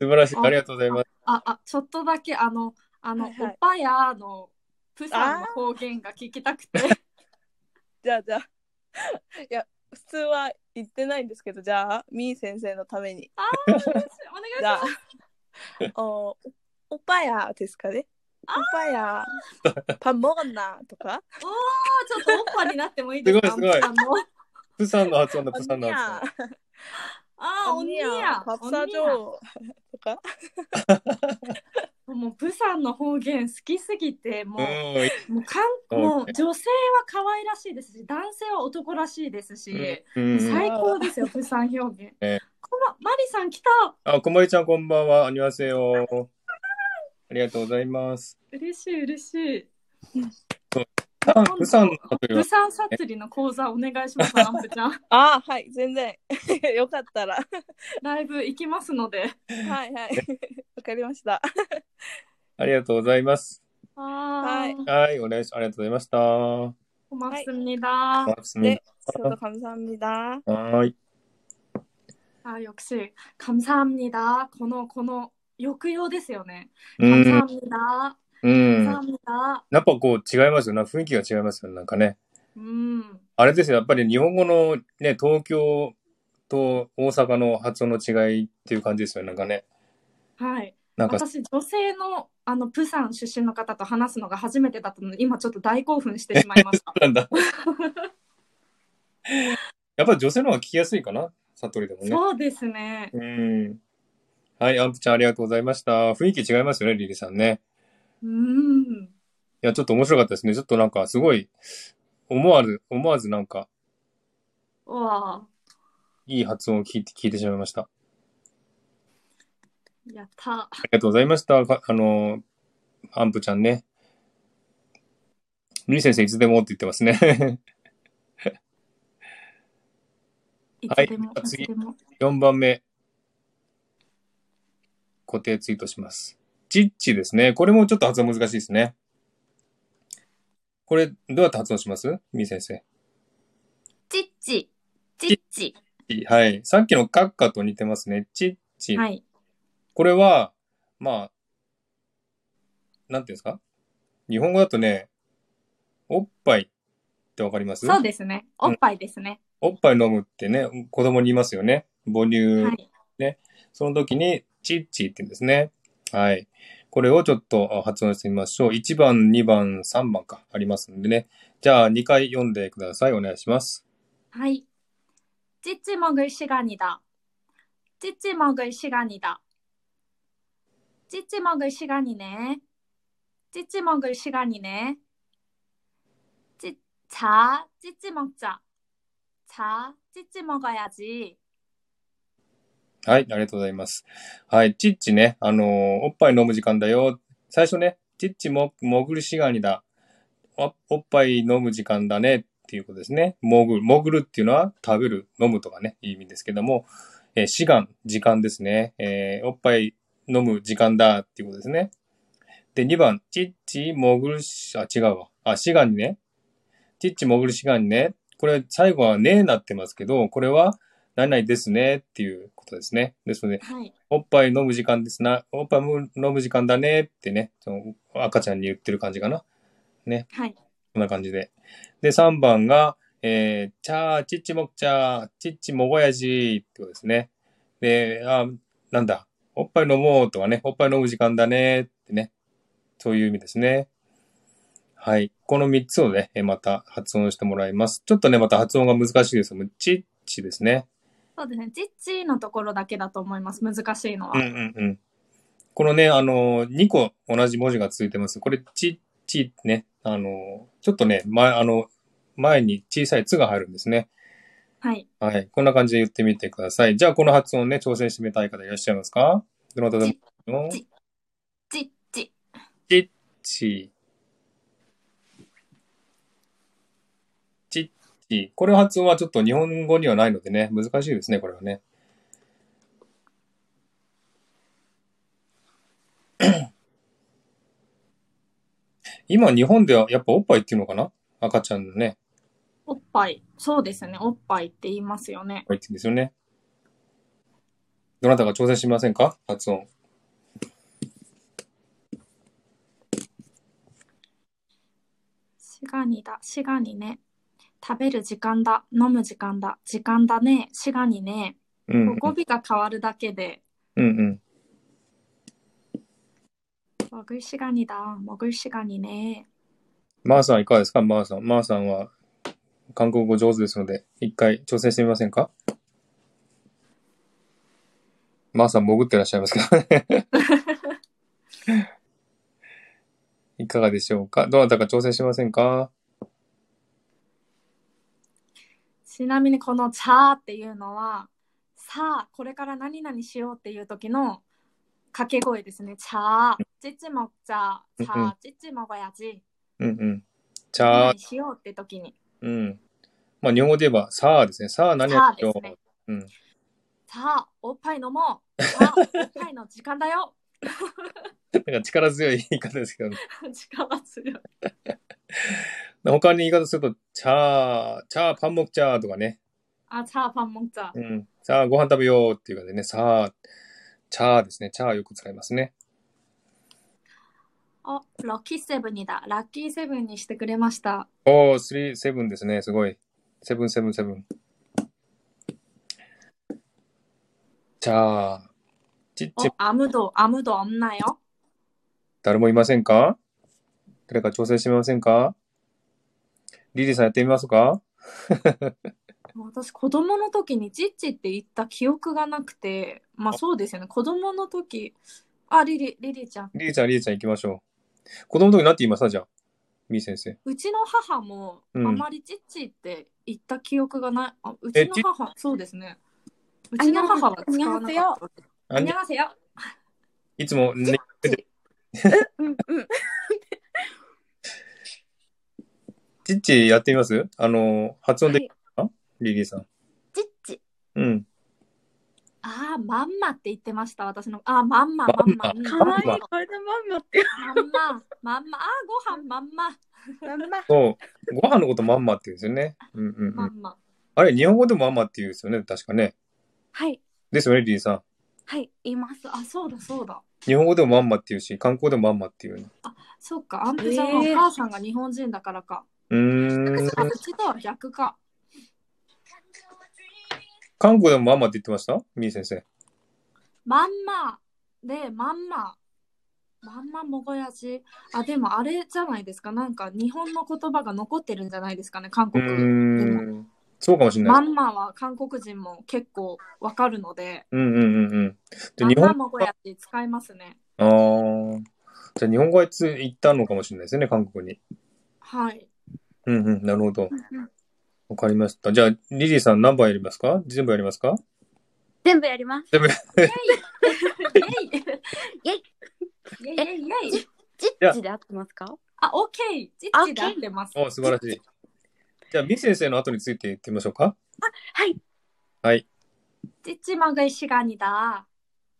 素晴らしい。
あ
ありがとうございます。
아, 아, ちょっとだけあの、あの、
はいはい
おっぱやの、プサンの方言が聞きたく て。
자, 자. 야, 普通は言ってないんですけど、じゃあ、 미先生のために。
あー、お願いしお 願いし
자 어, 오빠야, ですかね? 오빠야, 밥 먹었나? とか?
ます。ちょっとおっぱになってもいいですか
すごいすごい
あの、
プサンの発音だ、プサンの発
언니야,
音。
あー、おに
언니야,
や。
밥
おにや
사줘. とか?
もう、プサンの方言好きすぎて、もう、
うんいい
もうかん
うん
もう女性は可愛らしいですし男性は男らしいですし、。
うんうんうん
最 高ですよ釜山表現、
ええ
このマリさん来た
あ、こまりちゃんこんばんは。アニュアセヨ。ありがとうございます。
嬉しい嬉しい
プサン、プサンの後よ
釜山サツリの講座お願いしますアンプちゃん
아, 하이, 全然.よかったら.
ライブ行きますので
하이, 하이. わかりました.
ありがとうございます。
は
は
はい、お願いし、ありがとうございました。は
おますみだ
네, 저도 감사합니다.
ーい。
あよくし감사합니다このこの抑揚ですよね
う
감사
ん
합。니다
うん。
감사
や
합니다
っぱこう違いますよな。雰囲気が違いますよね。なんかね。
うん
あれですよ。やっぱり日本語のね、東京と大阪の発音の違いっていう感じですよね。なんかね。
はい
なんか、
私女性のあのプサン出身の方と話すのが初めてだったので今ちょっと大興奮してしまいました
なんだ。やっぱり女性の方が聞きやすいかな。サトリでもね。
そうですね
うん。はい、アンプちゃんありがとうございました。雰囲気違いますよね、リリさんね。
うん
いや、ちょっと面白かったですね。ちょっとなんかすごい、思わず、思わずなんか、
うわ
いい発音を聞いて、聞いてしまいました。
やった
ありがとうございました。かあの、アンプちゃんね。ミリ先生いつでもって言ってますね。
い
はい
つでも、い、
次
つでも
4番目。固定ツイートします。チッチですね。これもちょっと発音難しいですね。これ、どうやって発音しますミリ先生。
ちっちちっち
はい。さっきのカッカと似てますね。チッチ。
はい
これは、まあ、なんていうんですか日本語だとね、おっぱいってわかります
そうですねおっぱいですね、
おっぱい飲むってね、子供に言いますよね。母乳。
はい
その時に、チッチって言うんですね。はい。これをちょっとあ発音してみましょう。1番、2番、3番か、ありますんでね。じゃあ、2回読んでください。お願いします。
はいちっちもぐしがにだちっちもぐしがにだちっちもぐしがにね 찌찌 먹을 시간이네. 찌, 자, 찌찌 먹자. 자, 찌찌 먹어야지.
はい、ありがとうございます。はい、チッチね、あのーおっぱい飲む時間だよ。最初ね、チッチも、もぐるしがにだ。おおっぱい飲む時間だねっていうことですね。もぐる、もぐるっていうのは食べる、飲むとかね、いい意味ですけども、えー、しがん、時間ですね。えーおっぱい飲む時間だっていうことですね。で、2番、チッチもぐるし、あ、違うわ。あ、しがにね。チッチもぐるしがにね。これ、最後はねえなってますけど、これは、何々ですねっていうことですね。ですので、
はい。
おっぱい飲む時間ですな、おっぱい飲む時間だねってね、その赤ちゃんに言ってる感じかな。
はい。
こんな感じで。で、3番が、えー、チャー、チッチもくちゃー、チッチもごやじーってことですね。で、あ、なんだ、おっぱい飲もうとかね、おっぱい飲む時間だねってね、そういう意味ですね。はい。この3つをね、えまた発音してもらいます。ちょっとね、また発音が難しいです。チッチですね。
そうですね。チッチのところだけだと思います。難しいの
うん
は。
うんうん。このね、あの、2個同じ文字が続いてます。これ、ち、ちね、あの、ちょっとね、前、あの、前に小さいつが入るんですね。
はい。
はい。こんな感じで言ってみてください。じゃあ、この発音ね、挑戦してみたい方いらっしゃいますかどなたでもいいよ。
ちチッチ。
ち、ち、ち、ち。これ発音はちょっと日本語にはないのでね、難しいですね、これはね。 今、日本ではやっぱおっぱいっていうのかな赤ちゃんのね、
おっぱい。そうですね。おっぱいって言いますよね。
おっぱいって言うんですよね。どなたか挑戦しませんか発音。
シガニだ。シガニね。食べる時間だ。飲む時間だ。時間だね。シガニね。
うん、う
こ
ん
う。語尾が変わるだけで、
うんうん。
먹을시간이다먹을시간이네
マーさんいかがですかマーさん。マーさんは韓国語上手ですので、一回挑戦してみませんかマーさん潜ってらっしゃいますけど。 いかがでしょうかどなたか挑戦しませんか
ちなみにこの「チャー」っていうのは「さあこれから何々しよう」っていう時の掛け声ですね「チャー」「チッチ먹자」「チャ
うんう
ー」「チッチ먹어야지
うんうん。」チ
何
ャー
々、しようって時に
うん。まあ、日本語で言えば、さあですね。さあ
「チ
何
ャ
を
ー」
し
で
よ
すね
う。うん。
「さあおっぱい飲もう」「さあおっぱいの時間だよ
なんか力強い言い方ですけど、ね、」
力強い
他に言い方すると、チャー、チャーパンモクチャーとかね。
あ「チャーパン먹자
うん。さあ、ご飯食べようっていう感じでね、さあ、チャーですね。チャーよく使いますね。」
あ「ラッキーセブン」だラッキーセブンにしてくれました
おー、スリーセブンですね。すごい。セブンセブンセブン。チャー、チッ
「お
チ、
アムドアムド없나요?」
誰もいませんか誰か挑戦してみませんかリリーさんやってみますか
私子供の時にチッチって言った記憶がなくてまあそうですよね子供の時あリリリリちゃん
リリーちゃん、リリーちゃん行きましょう。子供の時なんて言いましたじゃあ。みー先生。
うちの母も
う
あ
ん
まりチッチって言った記憶がない、あう
え
ちの母そうですねうちの母は使わなかった
あ
안녕
に
하세요
いつも、ね、
うんうん。
チッチやってみますあの、発音できますか、リリーさん。
チッチ
うん。
ああまんまって言ってました私のああまんま
ま
ま
ん
ん
ま
ま
ま
か
んま
わいい。これでまんまって。
まんままんまあーご飯まんま
まんま。
そう。ご飯のことまんまって言うんですよね。うんうんう
ま
ん。
んま
あれ、日本語でもまんまって言うんですよね。確かね。
はい。
ですよね、リリーさん。
はい。います。
あそうだそうだ
日本語でもまんまって言うし、韓国語でもまんまって言うね。
そっかアンプちゃんはお母さんが日本人だからか、
うーん。
あうちとは逆か
韓国でもまんまって言ってましたみー先生。
まんまでまんままんまもごやじあでもあれじゃないですかなんか日本の言葉が残ってるんじゃないですかね韓
う
国
ーん。そうかもしれな
ま
い。
んまは韓国人も結構わかるので
うんうんうんうん。で、
まん
日
ま
本、
もごやじ使いますね
あーじゃあ日本語はつ行ったのかもしれないですね、韓国に。
はい。
うんうん、なるほど。わかりました。じゃあ、リリーさん何番やりますか全部やりますか
全部やります。
イェイ
イェイ
イェイイェイイェイ
チッチで合ってますか
あ、オッケー。チッチで合ってます。
お素晴らしい。じゃあ、ミ先生の後について言ってみましょうか。
はい。
はい。
찌찌 먹을 시간이다.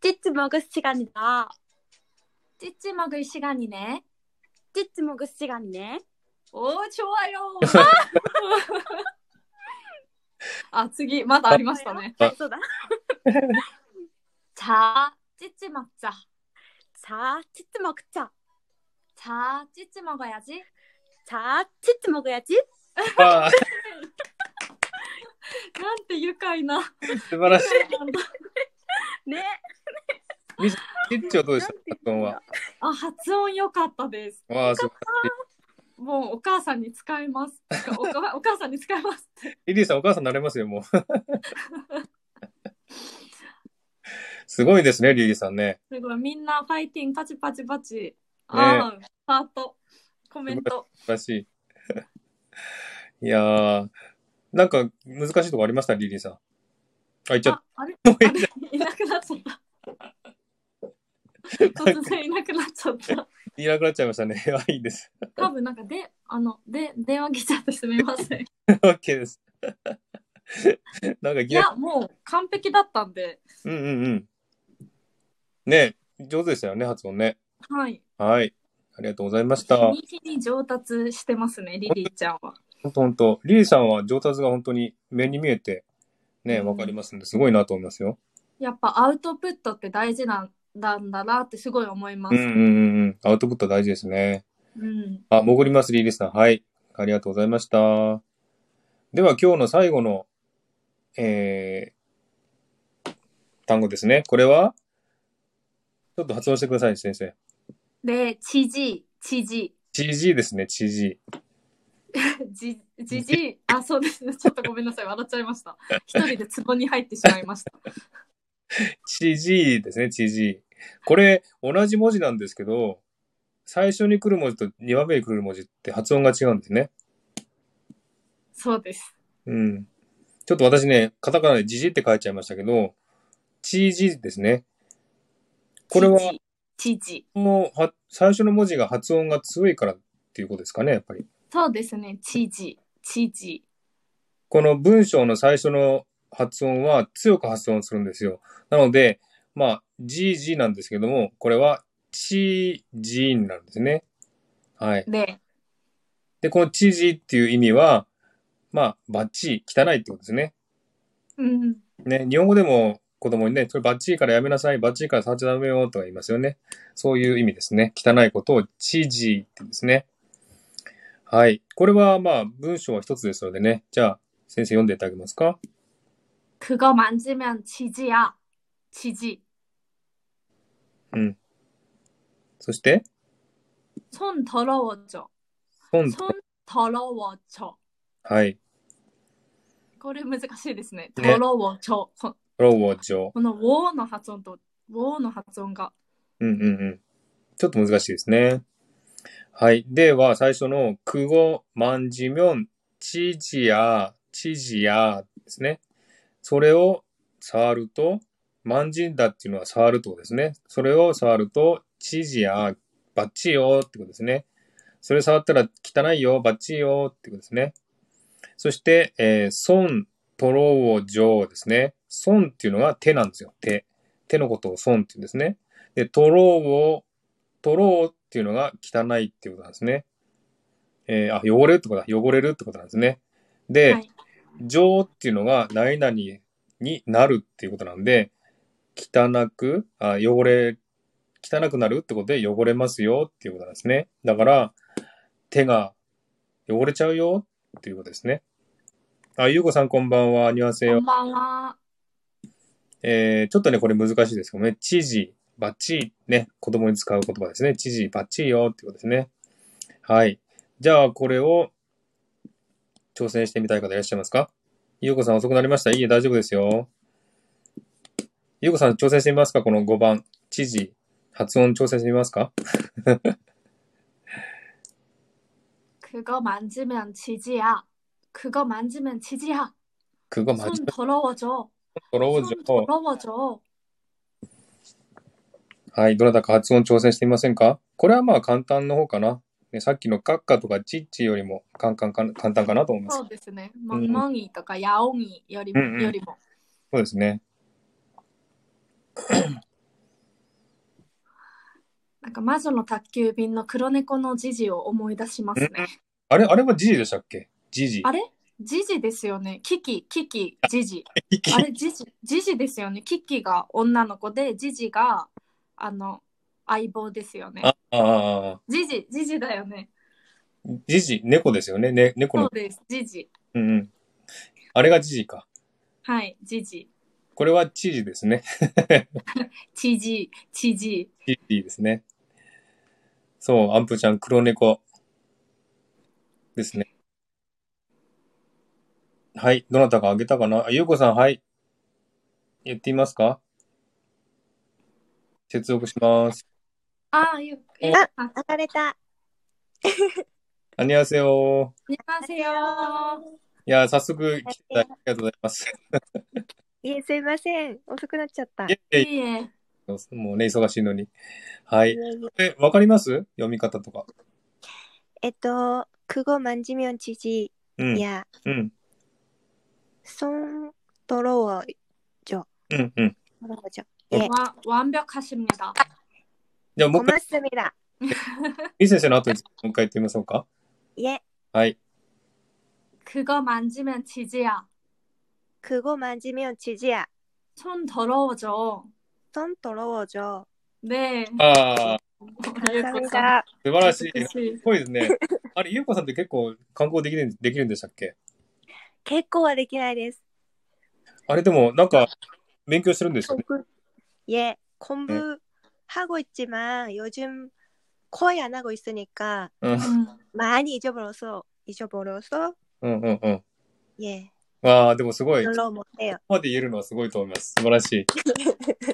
찌찌 먹을 시간이다.
찌찌 먹을 시간이네.
찌찌 먹을 시간이네.
오, 좋아요. 아, 저기 맛
아,
아리ましたね
아, 쏘다.
자, 찌찌 먹자.
자, 찌찌 먹자.
자, 찌찌 먹어야지.
자, 찌찌 먹어야지.
わ あ、
나한테 유가이나.
素晴らしい。
네.
リッチはどうでした
なんて言っ
発
たん
音
だ
は。
아, 하츠온 요카타です.
わあ、素晴らし
もうお母さんに使えます。お かお母さんに使えます。
い。リリーさん、お母さんになれますよ、 もう。すごいですね、リリーさんね。
すごい、みんなファイティング、パチパチパチ。ああ、ハート、コメント。
素晴らしい。 いやー、なんか難しいとこありました、リリーさん。あ、いっちゃった
あ、あれ あれいなくなっちゃった。突然いなくなっちゃった。
いなくなっちゃいましたね。 あ、いいです。
多分なんかで、あの、で、電話来ちゃってすみません。い
OK です。 なんかいきなり
や、もう完璧だったんで、
うんうんうん。ねえ上手でしたよね、発音ね。
はい。
はい。ありがとうございました。
日に日に上達してますね、リリーちゃんは。
本当本当。リリーさんは上達が本当に目に見えて、ね、
うん
わかりますんで、すごいなと思いますよ。
やっぱアウトプットって大事なんなんだなってすごい思いま
う
す。
んうんうんうん。アウトプット大事ですね。
うん。
あ、潜ります、リリーさん。はい。ありがとうございました。では、今日の最後の、えー、単語ですね。これは、ちょっと発音してください、先生。
で、知事、知事、
GG ですね、GG。
じ、じじい、あ、そうですね。ちょっとごめんなさい。笑っちゃいました。一人で壺に入ってしまいました。
知事ですね、知事。これ、同じ文字なんですけど、最初に来る文字と2番目に来る文字って発音が違うんですね。
そうです。
うん。ちょっと私ね、カタカナでジジって書いちゃいましたけど、知事ですね。これは、
知事。
もうは最初の文字が発音が強いからっていうことですかね、やっぱり。
そうですね。知事、知事。
この文章の最初の発音は強く発音するんですよ。なので、まあ、ジジなんですけども、これは、チージーになるんですね。はい。
で、
で、この知事っていう意味は、まあ、バッチリ、汚いってことですね。
うん。
ね、日本語でも子供にね、それバッチリからやめなさい、バッチリから触っちゃダメよとか言いますよね。そういう意味ですね。汚いことを知事って言うんですね。はい。これはまあ、文章は一つですのでね。じゃあ、先生読んでいただけますか
그거만지면지지야。知事。
そして、
손더러워져。
本
손더러워져。
はい。
これ難しいですね。
ね
더러워져。こ
ローを上。
このウォーの発音と、ウォーの発音が。
うんうんうん。ちょっと難しいですね。はい。では、最初の、くご、まんじみょん、ちじや、ちじやですね。それを触ると、まんじんだっていうのは触るってことですね。それを触ると、ちじや、ばっちいよってことですね。それ触ったら汚いよ、ばっちいよってことですね。そして、えー、損、とろう、じょうですね。損っていうのが手なんですよ。手。手のことを損っていうんですね。で、取ろうを、取ろうっていうのが汚いっていうことなんですね。えーあ、汚れるってことだ。汚れるってことなんですね。で、
はい
情っていうのが何々になるっていうことなんで、汚く、あ、汚れ、汚くなるってことで汚れますよっていうことなんですね。だから、手が汚れちゃうよっていうことですね。あ、ゆうこさんこんばんは。にわせよ
こん。ばんは。
えーちょっとね、これ難しいですけどね、知事、バッチリ、ね、子供に使う言葉ですね。知事、バッチリよっていうことですね。はい。じゃあ、これを挑戦してみたい方いらっしゃいますかゆうこさん遅くなりました。いいえ、大丈夫ですよ。ゆうこさん挑戦してみますかこの5番。知事、発音調整してみますか
그거 만지면 지지야. 그거 만지면 지지야.
그거
손
맞으면
더러워져.
더러워져.
손 더러워져.
はい、どなたか発音調整していませんかこれはまあ簡単の方かな。ね、さっきのカッカとかチッチよりも簡単かな簡単かなと思います。そ
そううですね。멍멍이とか야옹이よりも、
うんうん
よりも。
ですね。
なんか魔女の宅急便の黒猫のジジを思い出しますね。
あれ、あれはジジでしたっけジジ。
あれジジですよね。キキ、キキ、ジジ。
キキ
あれジジ、ジジですよね。キキが女の子で、ジジがあの相棒ですよね。
あああ、
ジジ、ジジだよね。
ジジ、猫ですよね。ね猫
そう
の。
です、ジジ。
うんうん。あれがジジか。
はい、ジジ。
これはチジですね。
チジ、チジ。
チジですね。そう、アンプちゃん、黒猫。ですね。はい、どなたかあげたかなあゆうこさん、はい。言ってみますか接続します。
ああ、ゆ、え、あ、
아가레타
あにわせよ。
안녕하세요。
いや、早速来ていただきありがとうございます。
예すいません遅くなっちゃった
いえい
いえ、
えもうね、忙しいのに。はい。
いえいえ
え、わかります読み方とか。
えっと그거만지면지지
うん。
や
うん。
손더러워져
うん。うん。
더러워져
응.
예
わ、완벽하십니다。
じゃあ、もう
고
一回
맙습니다
いい先生の後にもう一回言ってみましょうか。
예
はい。
그거만지면지지야。
그거만지면지지야
손 더러워져.
손더러워져
네.
ああ、
감사합니다
素晴らしい。す
私
ごいですね。あれ、ゆうこさんって結構観光できるできるんでしたっけ
結構はできないです
あれ、でも、なんか、勉強してるんですよね。
공부 예공부하고있지만요즘거의안하고있으니까
うん。
음,
많이잊어버려서잊어버려서
うんうんうん。
예
わあ、でもすごい。こ
별
こ
로못해요
まで言えるのはすごいと思います。素晴らしい。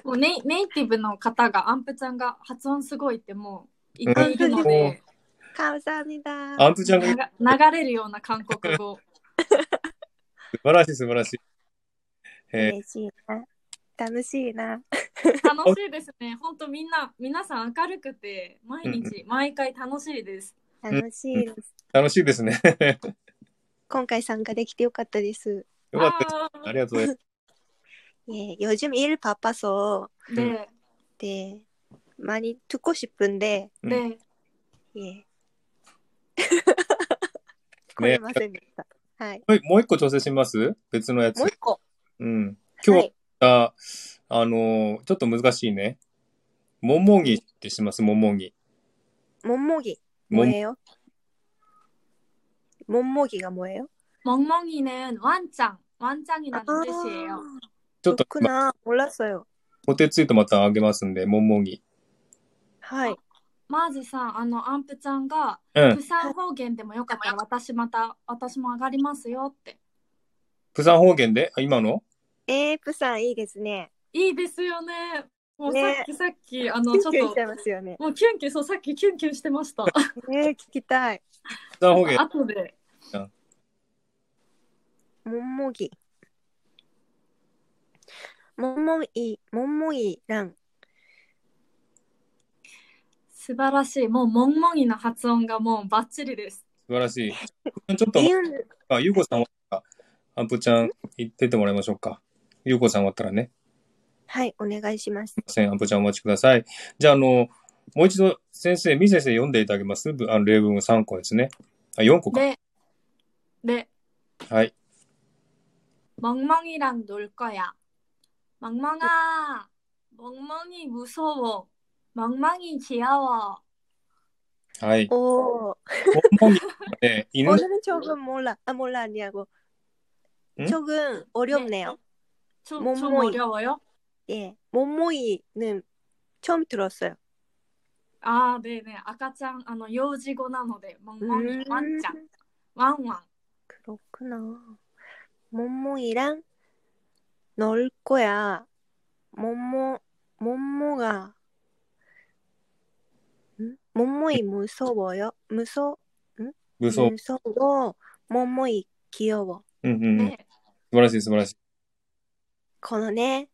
もうネイネイティブの方がアンプちゃんが発音すごいってもう言っているので、
감사합니다
アンプちゃんが
流
素
流れるような韓 国語。
晴らしい、素晴らしい。えー
嬉しいな。楽しいな。
楽しいですね。本当みんな、皆さん明るくて、毎日、毎回楽しいです。
楽しいです。
楽しいですね。
今回参加できてよかったです。
よかったです。
あ
ありがとうございます。
예요즘일바빠서
ーで、
네많이듣고싶은데
うん
で、
예これ
ね
ませんでした。はい。
もうもう一個調整します別のやつ
もう。一個。
うん。今
は
日あ、あのーちょっと難しいね。ももぎってします、ももぎ。
い、もんもぎ。
もん
뭐예요？もんもぎが뭐예요？
멍멍이는 완짱, 완짱이라는 뜻이에요.
ちょっと
그나몰랐어요。
お手ついとまたあげますんで、ももぎ。
はい。
まずさん、あの、アンプちゃんが、
うん
釜。山方言でもよかったら、私また、私も上がりますよって。
釜山方言であ今の
えー、プさんいいですね。
いいですよね。もうさ
ね
っきさっき、あの、
キ
ちょ
ュン
っ
キュンし
と
ちゃ、いますよね。
もうキュンキュン、そう、さっきキュンキュンしてました。
えー、聞きたい。
釜山方言。
後で。
もんもぎ。もんもぎ、もんもぎらん。
素晴らしい。もう、もんもぎの発音がもうバッチリです。
素晴らしい。ちょっと、
ビュン
あゆうこさんは、アンプちゃん、言っててもらいましょうか。ゆうこさん終わったらね。
はい、お願いします
すい。ません、アンプちゃんお待ちください。じゃあ、あの、もう一度、先生、み先生読んでいただけますぶあの例文3個ですね。あ、4個か。
で、で、
はい。
멍멍이랑 놀 거야. 멍멍아, 멍멍이 무서워. 멍멍이 귀여워.
はい。
おー、
ももぎは ね、犬
오늘은조금몰라、あ、몰라아니야 고。
ん
조금어렵네요。
좀,
멍멍이.
좀 어려워요?
예, 몸모이는 처음 들었어요.
아, 네네. 아까짱, 아, 요지고나노데. 멍멍이 완짱.
음,
왕왕.
그렇구나. 몸모이랑 놀 거야. 몸모, 몸모가 응? 몸무이 무서워요. 무서
무서워.
무서워. 몸무이 귀여워.
うんうんうん。素
ね
晴らしい素晴らしい。
このね、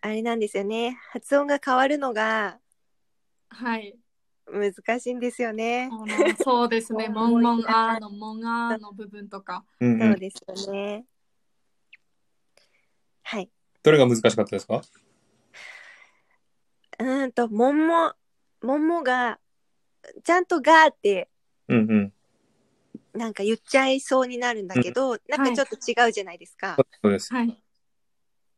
あれなんですよね。発音が変わるのが
はい。
難しいんですよね。
あのそうです ね。
もう
モンモンあーのモンあーの部分とか。
うんう。
そうんですよね。はい。
どれが難しかったですか
うーんと、もも、ももが、ちゃんとがーって、
うんうん。
なんか言っちゃいそうになるんだけど、なんかちょっと違うじゃないですか。
そうです。
はい。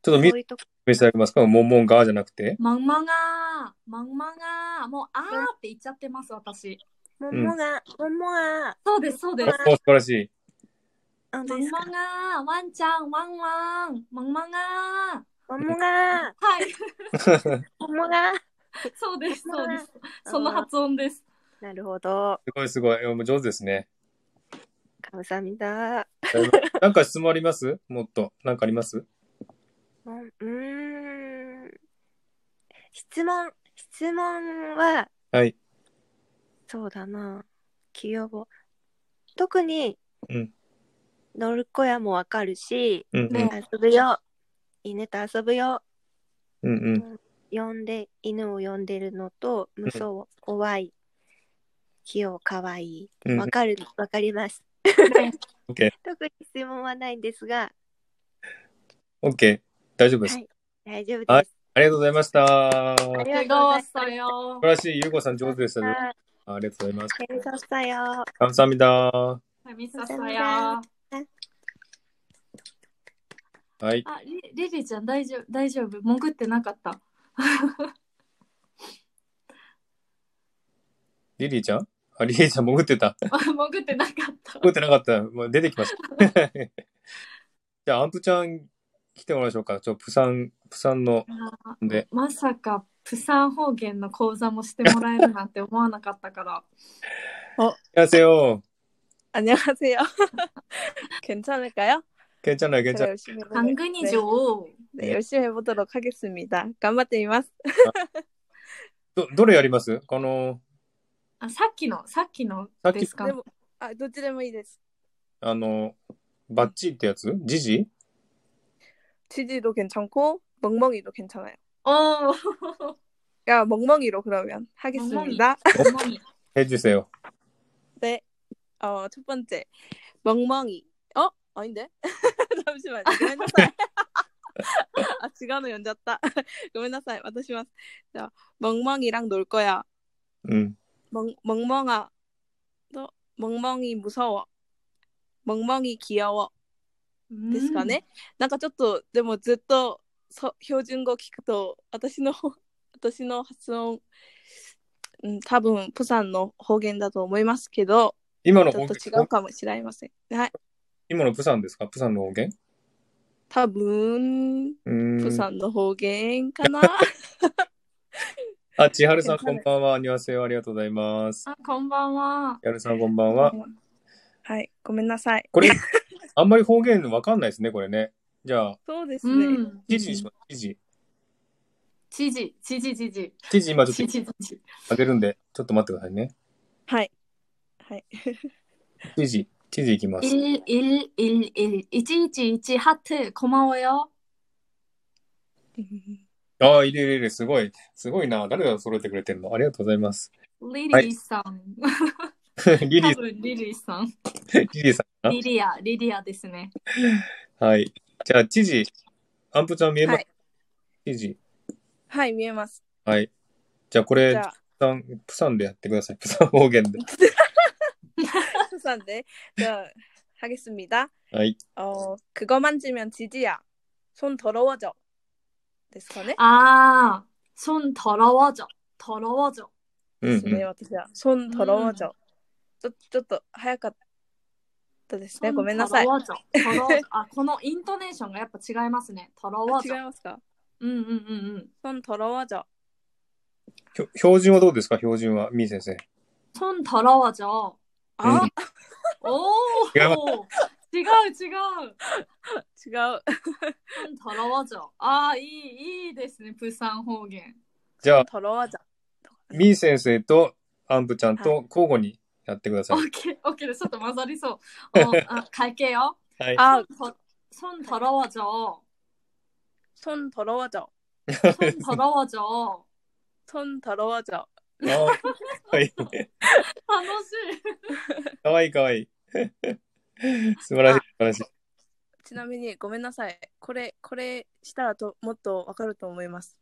ちょっと見
そういうとこ。
見せてあげますかモンモンガーじゃなくて。
モンモンあー、モンモンあー、もうあーって言っちゃってます、私。
ももが、ももが、
そうです、そうです。
おお素晴らしい。
あ本当
モ
で
ン
す
モ
か。
ンあー、ワンちゃん、ワンワン、モンモンあ
ももが、
ー。はい。
ももが。
そうです、そうです。
うん
その発音です。
なるほど。
すごいすごい。えもう上手ですね。
かむさみだ。
なんか質問ありますもっと。なんかあります
もううーん。質問、質問は、
はい。
そうだな。器用語。特に、
うん
乗る小屋もわかるし、
うんうん
ね。
遊ぶよ。犬と遊ぶよ。
うんうん。
呼んで、犬を呼んでるのと、無双、怖い。器用、かわい
うんう
い。
ん
わかる、わかります。
ね
オッケー。
特に質問はないんですが、
オッケー。大丈夫です。
はい大丈夫です。
はいありがとうございました。
ありがと
す
うござ
ご
い
い、
ま
それを
素晴。らしい。ゆうこさん上手でしたね。
す。
ありがとうございます。
재밌었어요
감사합니다。
ミササや。
はい。
あ、リリリちゃん大丈夫、大丈夫。潜ってなか った。
リリーちゃんあ、リリーちゃん潜ってた。
潜ってなか った。
潜ってなかった。もう出てきました。 じゃあ、アンプちゃん来てもらいましょうか。ちょ、プサン、プサンの、
あ
で。
まさか、プサン方言の講座もしてもらえるなんて思わなかった から。
안녕하세요。
안녕하세요. 괜찮을까요?
괜찮아요,
제가
괜찮아요.
열심히 해보-
당근이죠.
네, 네, 열심히 해보도록 하겠습니다. 감사드립니다.
ど、どれやりますこの、
あ、さっきの、さっきの
さっき
ですか
で。も、あ、どっちでもいいです。
あの、バッチってやつジジ
치즈도 괜찮고 멍멍이도 괜찮아요.
おお、
야, 멍멍이로 그러면 하겠습니다.
重い。
해주세요.
네. 어, 첫 번째. 멍멍이. 어? 아닌데? 잠시만요. 고멘나사이. 아, 지간을 연졌다. 고멘나사이. 맞다시마스. 자, 멍멍이랑 놀 거야.
うん。
멍, 멍멍아. 너 멍멍이 무서워. 멍멍이 귀여워. ですかね、なんかちょっとでもずっとそ標準語聞くと私の 私の発音、うん、多分プサンの方言だと思いますけど
今の
ちょっ
方
と
言、
違うかもしれませんはい
今のプサンですかプサンの方言
多分
うーん。
プサンの方言かな
あ、千春さん
괜찮아요
こんばんは。안녕하세요。ありがとうございます。
あ、こんばんは。
千春さんこんばんは。
はいごめんなさい
これ、あんまり方言わかんないですね、これね。じゃあ、
そうです
う
ね、
ん。
ジジにします。ジジ。
知事、知事、知事、
ジジ今ちょっと
知事、知事。
あげるんで、ちょっと待ってくださいね。
はいはい
知事、知事いきます。
1111, 1111ハート、こまわよ。
ああ、いるいるいる、すごい。すごいな。誰が揃えてくれてるのありがとうござい ます。
リリーさん。
リリ
多
ー、
分リリーさん。
リリーさんか
リリア、リリアですね。
なはい。じゃあ、知事、アンプちゃん見えます、
はい
知事。
はい見えます
はい。じゃあ、こ
じ
れ、
ゃ
プサン、プサンでやってください。プサン方言で。
あプサンでじゃあ하겠습니다
はい。
어그거만지면지지야손더러워져ですかね
あー、손더러워 져、더러워 져。
うん、
で
う
すね、
ん。
私は。 네, 손
ん
더러워져ちょちょっと早かったですね。
손
ごめんなさい。
더러
아
워져 더러워 져。 あ、このイントネーションがやっぱ違いますね。더러워
違い
져。
ますか
うんうんうんうん。
손더러워져
ひょ標準はどうですか標準は、みー先生。
손더러워 져。
あ、
うん
お
違いま
ー、違う違う。
違う。
아.
손 더러워져. 아, 이, 이ですね, 부산方言.
じゃあ、
더러워져
みー先生とアンプちゃんと交互にやってください。
오케이, 오케이. 저도 맞아리 소. 어, 아, 갈게요.
はい。
아,
더, 손 더러워져.
손 더러워져.
손 더러워져.
손 더러워져.
かわいい。
아, 단호실.
かわいいかわいい。 素晴らしい話。
ちなみにごめんなさい。これ、これしたらともっとわかると思います。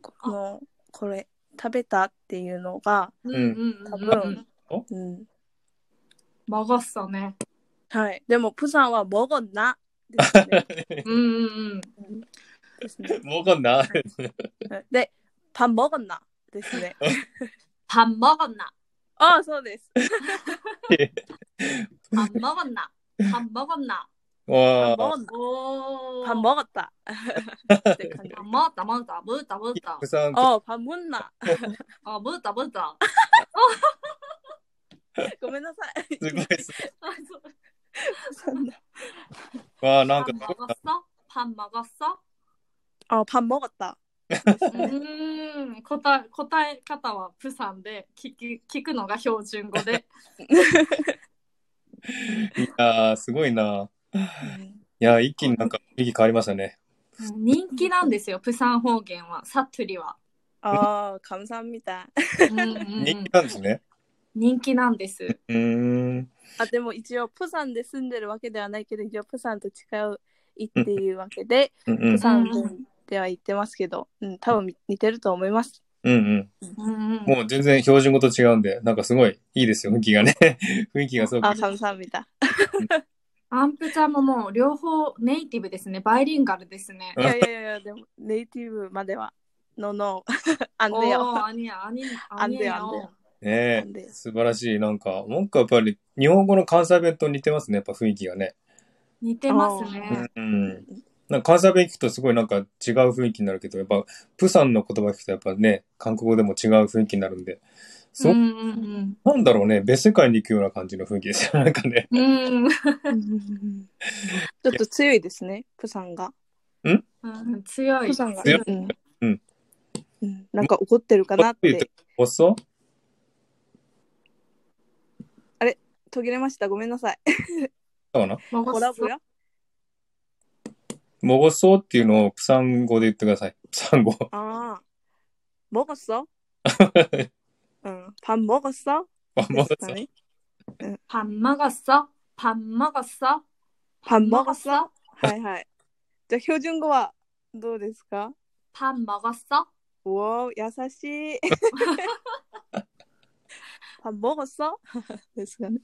この、これ、食べたっていうのが、
음,
음.
음, 음,
가끔.
음.
うん。
먹었어네.
はい。でも、プサンはもごなです
음,
ね。
음, 음.
ですね。
もうこんな。
で、パンもごなですね。
밥 먹었나?
ああ、そうです。
밥 먹었나? 밥 먹었나?
パン
わ
もご
あ。
오.
な。밥 먹었다. 네, 간다.
밥 먹었다, 먹었다, 먹었다, 먹었다.
たくさん、
어, 밥 먹나.
어, 먹었다, 먹었다.
ごめんなさい。
すごいです。
아, 저-
わあ、なん
밥
か、
먹었어? 밥 먹었어?
어, 밥 먹었다.
음, 答え答え方はプサンで聞き聞くのが標準語で。
いやーすごいな。いやー一気になんか雰囲気変わりましたね。
人気なんですよ、プサン方言は、サトゥリは。
아, 감사합니다.
うんうんう
人
ん
気なんですね。
人気なんです。
うーん。
아, でも一応プサンで住んでるわけではないけど、一応プサンと違ういっていうわけで、
うんう
プ
ん。
サンでは言ってますけど、うん、多分み似てると思います。
うん
うんうん
うん。もう全然標準語と違うんで、なんかすごいいいですよ、雰囲気がね。 雰囲気がすご
あ、
く。
감사합니다。
アンプちゃんももう両方ネイティブですね、バイリンガルですね
い。やいやいやいや、でもネイティブまでは、ノーノー。 あんで
お
よ。
ー、あにや、あに
あんでよあんでよ
ね
なんで
え。素晴らしい。なんか、なんかやっぱり日本語の関西弁と似てますね、やっぱ雰囲気がね。
似てますね。
うん。なんか関西弁聞くとすごいなんか違う雰囲気になるけど、やっぱ、プサンの言葉聞くとやっぱね、韓国語でも違う雰囲気になるんで、す
う
ご
ん
く、
うん
なんだろうね、別世界に行くような感じの雰囲気ですよ。なん かね。
うん。うん
ちょっと強いですね、プサンが。
うん、強い。
プサンが。
強い
うん
うん
うんなんか怒ってるかなって。
おっそ
途切れました。ごめんなさい。
だかな
コラボや。
もごそうっていうのをプサン語で言ってください。プサン語。
ああ。먹었어 うん。パン먹었어
あ、 も
で
う
すかね。
パンマガッサ、パンマガッサ、
パン먹었어はいはい。じゃあ、標準語はどうですか
パンマガッサ。
うおー、優しい。 パン먹었어ですかね。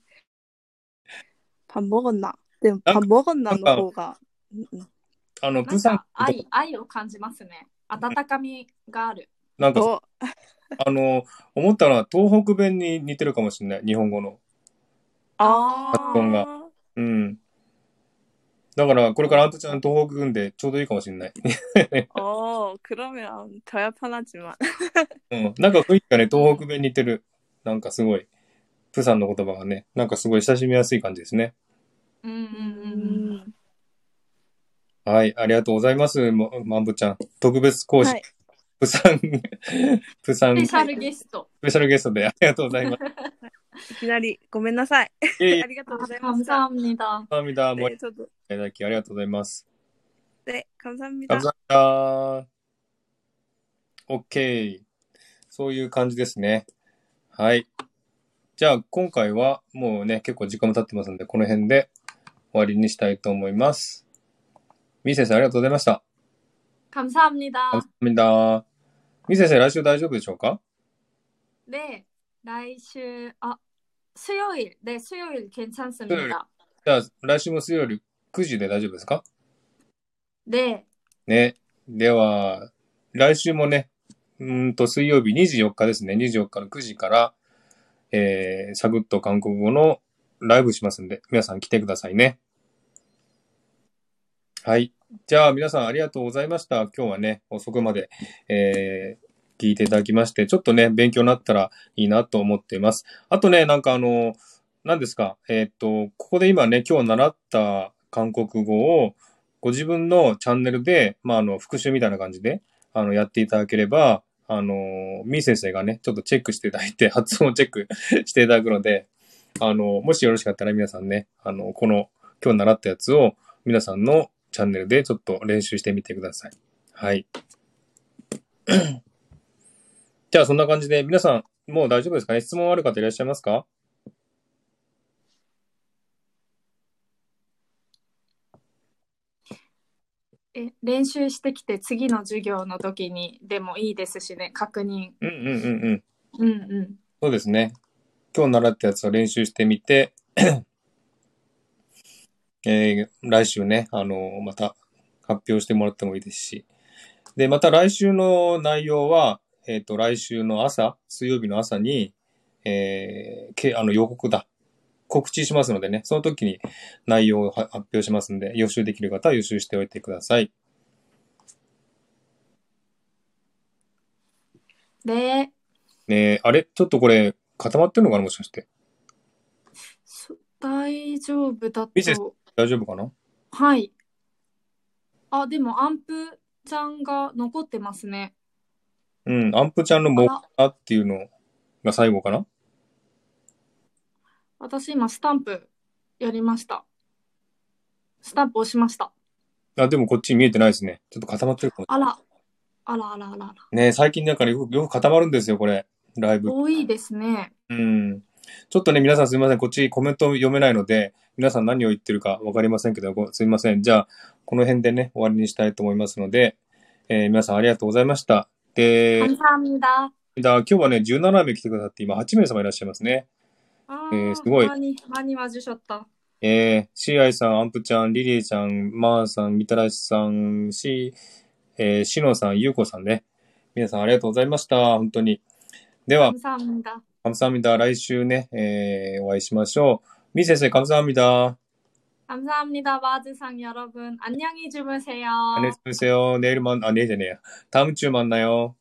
パン먹었나。でも、パン먹었나の方が。うんうん
あの、
な
プ
ん
サン
か、愛、愛を感じますね。温かみがある。
なんか、
お
あの、思ったのは東北弁に似てるかもしれない。日本語の。
아,
あ
発音が
ー。
うん。だから、これからアントちゃん東北軍でちょうどいいかもしれない。
おー、그러면더협하나지만。
うん。なんか雰囲気がね、東北弁に似てる。なんかすごい。プサンの言葉がね、なんかすごい親しみやすい感じですね。
うんうん
う
うんうん。
ん。
はい、ありがとうございます、ままんぶちゃん。特別講師、
はい
プサン、 プサン、
スペ
ス
シャルゲスト。
ペシャルゲストでありがとうございま
いきなりごめんなさい。
す。 いえい
ありがとうございま
감사합니다
え、涙、もい
す。ちょっと、
ただきありがとうございます。
で、감사합니
あり。がと
다
うございました。OK。そういう感じですね。はい。じゃあ、今回はもうね、結構時間も経ってますので、この辺で終わりにしたいと思います。みー先生、ありがとうございました。
감사합니다
涙。みー先生、来週大丈夫でしょうか
で来週あ水曜日で水曜日괜찮습니
수요일.
다
じゃあ、来週も水曜日9時で大丈夫ですか
で
ね。では、来週もね、うーんと水曜日24日ですね。24日の9時から、えー、サクッと韓国語のライブしますんで、皆さん来てくださいね。はい。じゃあ皆さんありがとうございました。今日はね、遅くまで、えー、聞いていただきまして、ちょっとね、勉強になったらいいなと思っています。あとね、なんかあの、何ですか、えーっと、ここで今ね、今日習った韓国語を、ご自分のチャンネルで、まあ、あの、復習みたいな感じで、あの、やっていただければ、あのー、みー先生がね、ちょっとチェックしていただいて、 発音をチェックしていただくので、あのー、もしよろしかったら皆さんね、あのー、この、今日習ったやつを皆さんのチャンネルでちょっと練習してみてください。はい。 じゃあそんな感じで皆さんもう大丈夫ですかね質問ある方いらっしゃいますか
え練習してきて次の授業の時にでもいいですしね確認
うんうんうんうん。
うんうん
そうですね。今日習ったやつを練習してみて、 えー来週ね、あの、また発表してもらってもいいですし。で、また来週の内容は、えっ、と、来週の朝、水曜日の朝に、えーけ、あの、予告だ。告知しますのでね、その時に内容をは発表しますので、予習できる方は予習しておいてください。
で
ねえあれちょっとこれ、固まってるのかなもしかして。
そ大丈夫だ
ミセス
と
大丈夫かな
はいあでもアンプちゃんが残ってますね
うん、アンプちゃんのもあっていうのが最後かな
私今スタンプやりましたスタンプ押しました
あ、でもこっち見えてないですね。ちょっと固まってるかも。
あらあらあらあらあら
ね最近だからよくよく固まるんですよ、これ。ライブ。
多いですね
うん。ちょっとね、皆さんすみません。こっちコメント読めないので、皆さん何を言ってるかわかりませんけど、ごすみません。じゃあ、この辺でね、終わりにしたいと思いますので、えー皆さんありがとうございました。で、
감사합니다
だ今日はね、17名来てくださって、今8名様いらっしゃいますね。
あ
えーすごい
많이많이와주셨다
えー、シーアイさん、アンプちゃん、リリーちゃん、マーさん、みたらしさん、し、えー、しのさん、ゆうこさんね。皆さんありがとうございました。本当に。では
감사합니다
감사합니다。来週ね、えー、お会いしましょう。み先生、감사합니다。
감사합니다. 와주상 여러분. 안녕히 주무세요.
안녕히 주무세요. 내일 만, 아, 내일 전에요. 다음 주 만나요.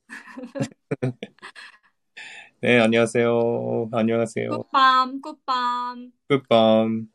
네, 안녕하세요. 안녕하세요.
굿밤, 굿밤.
굿밤.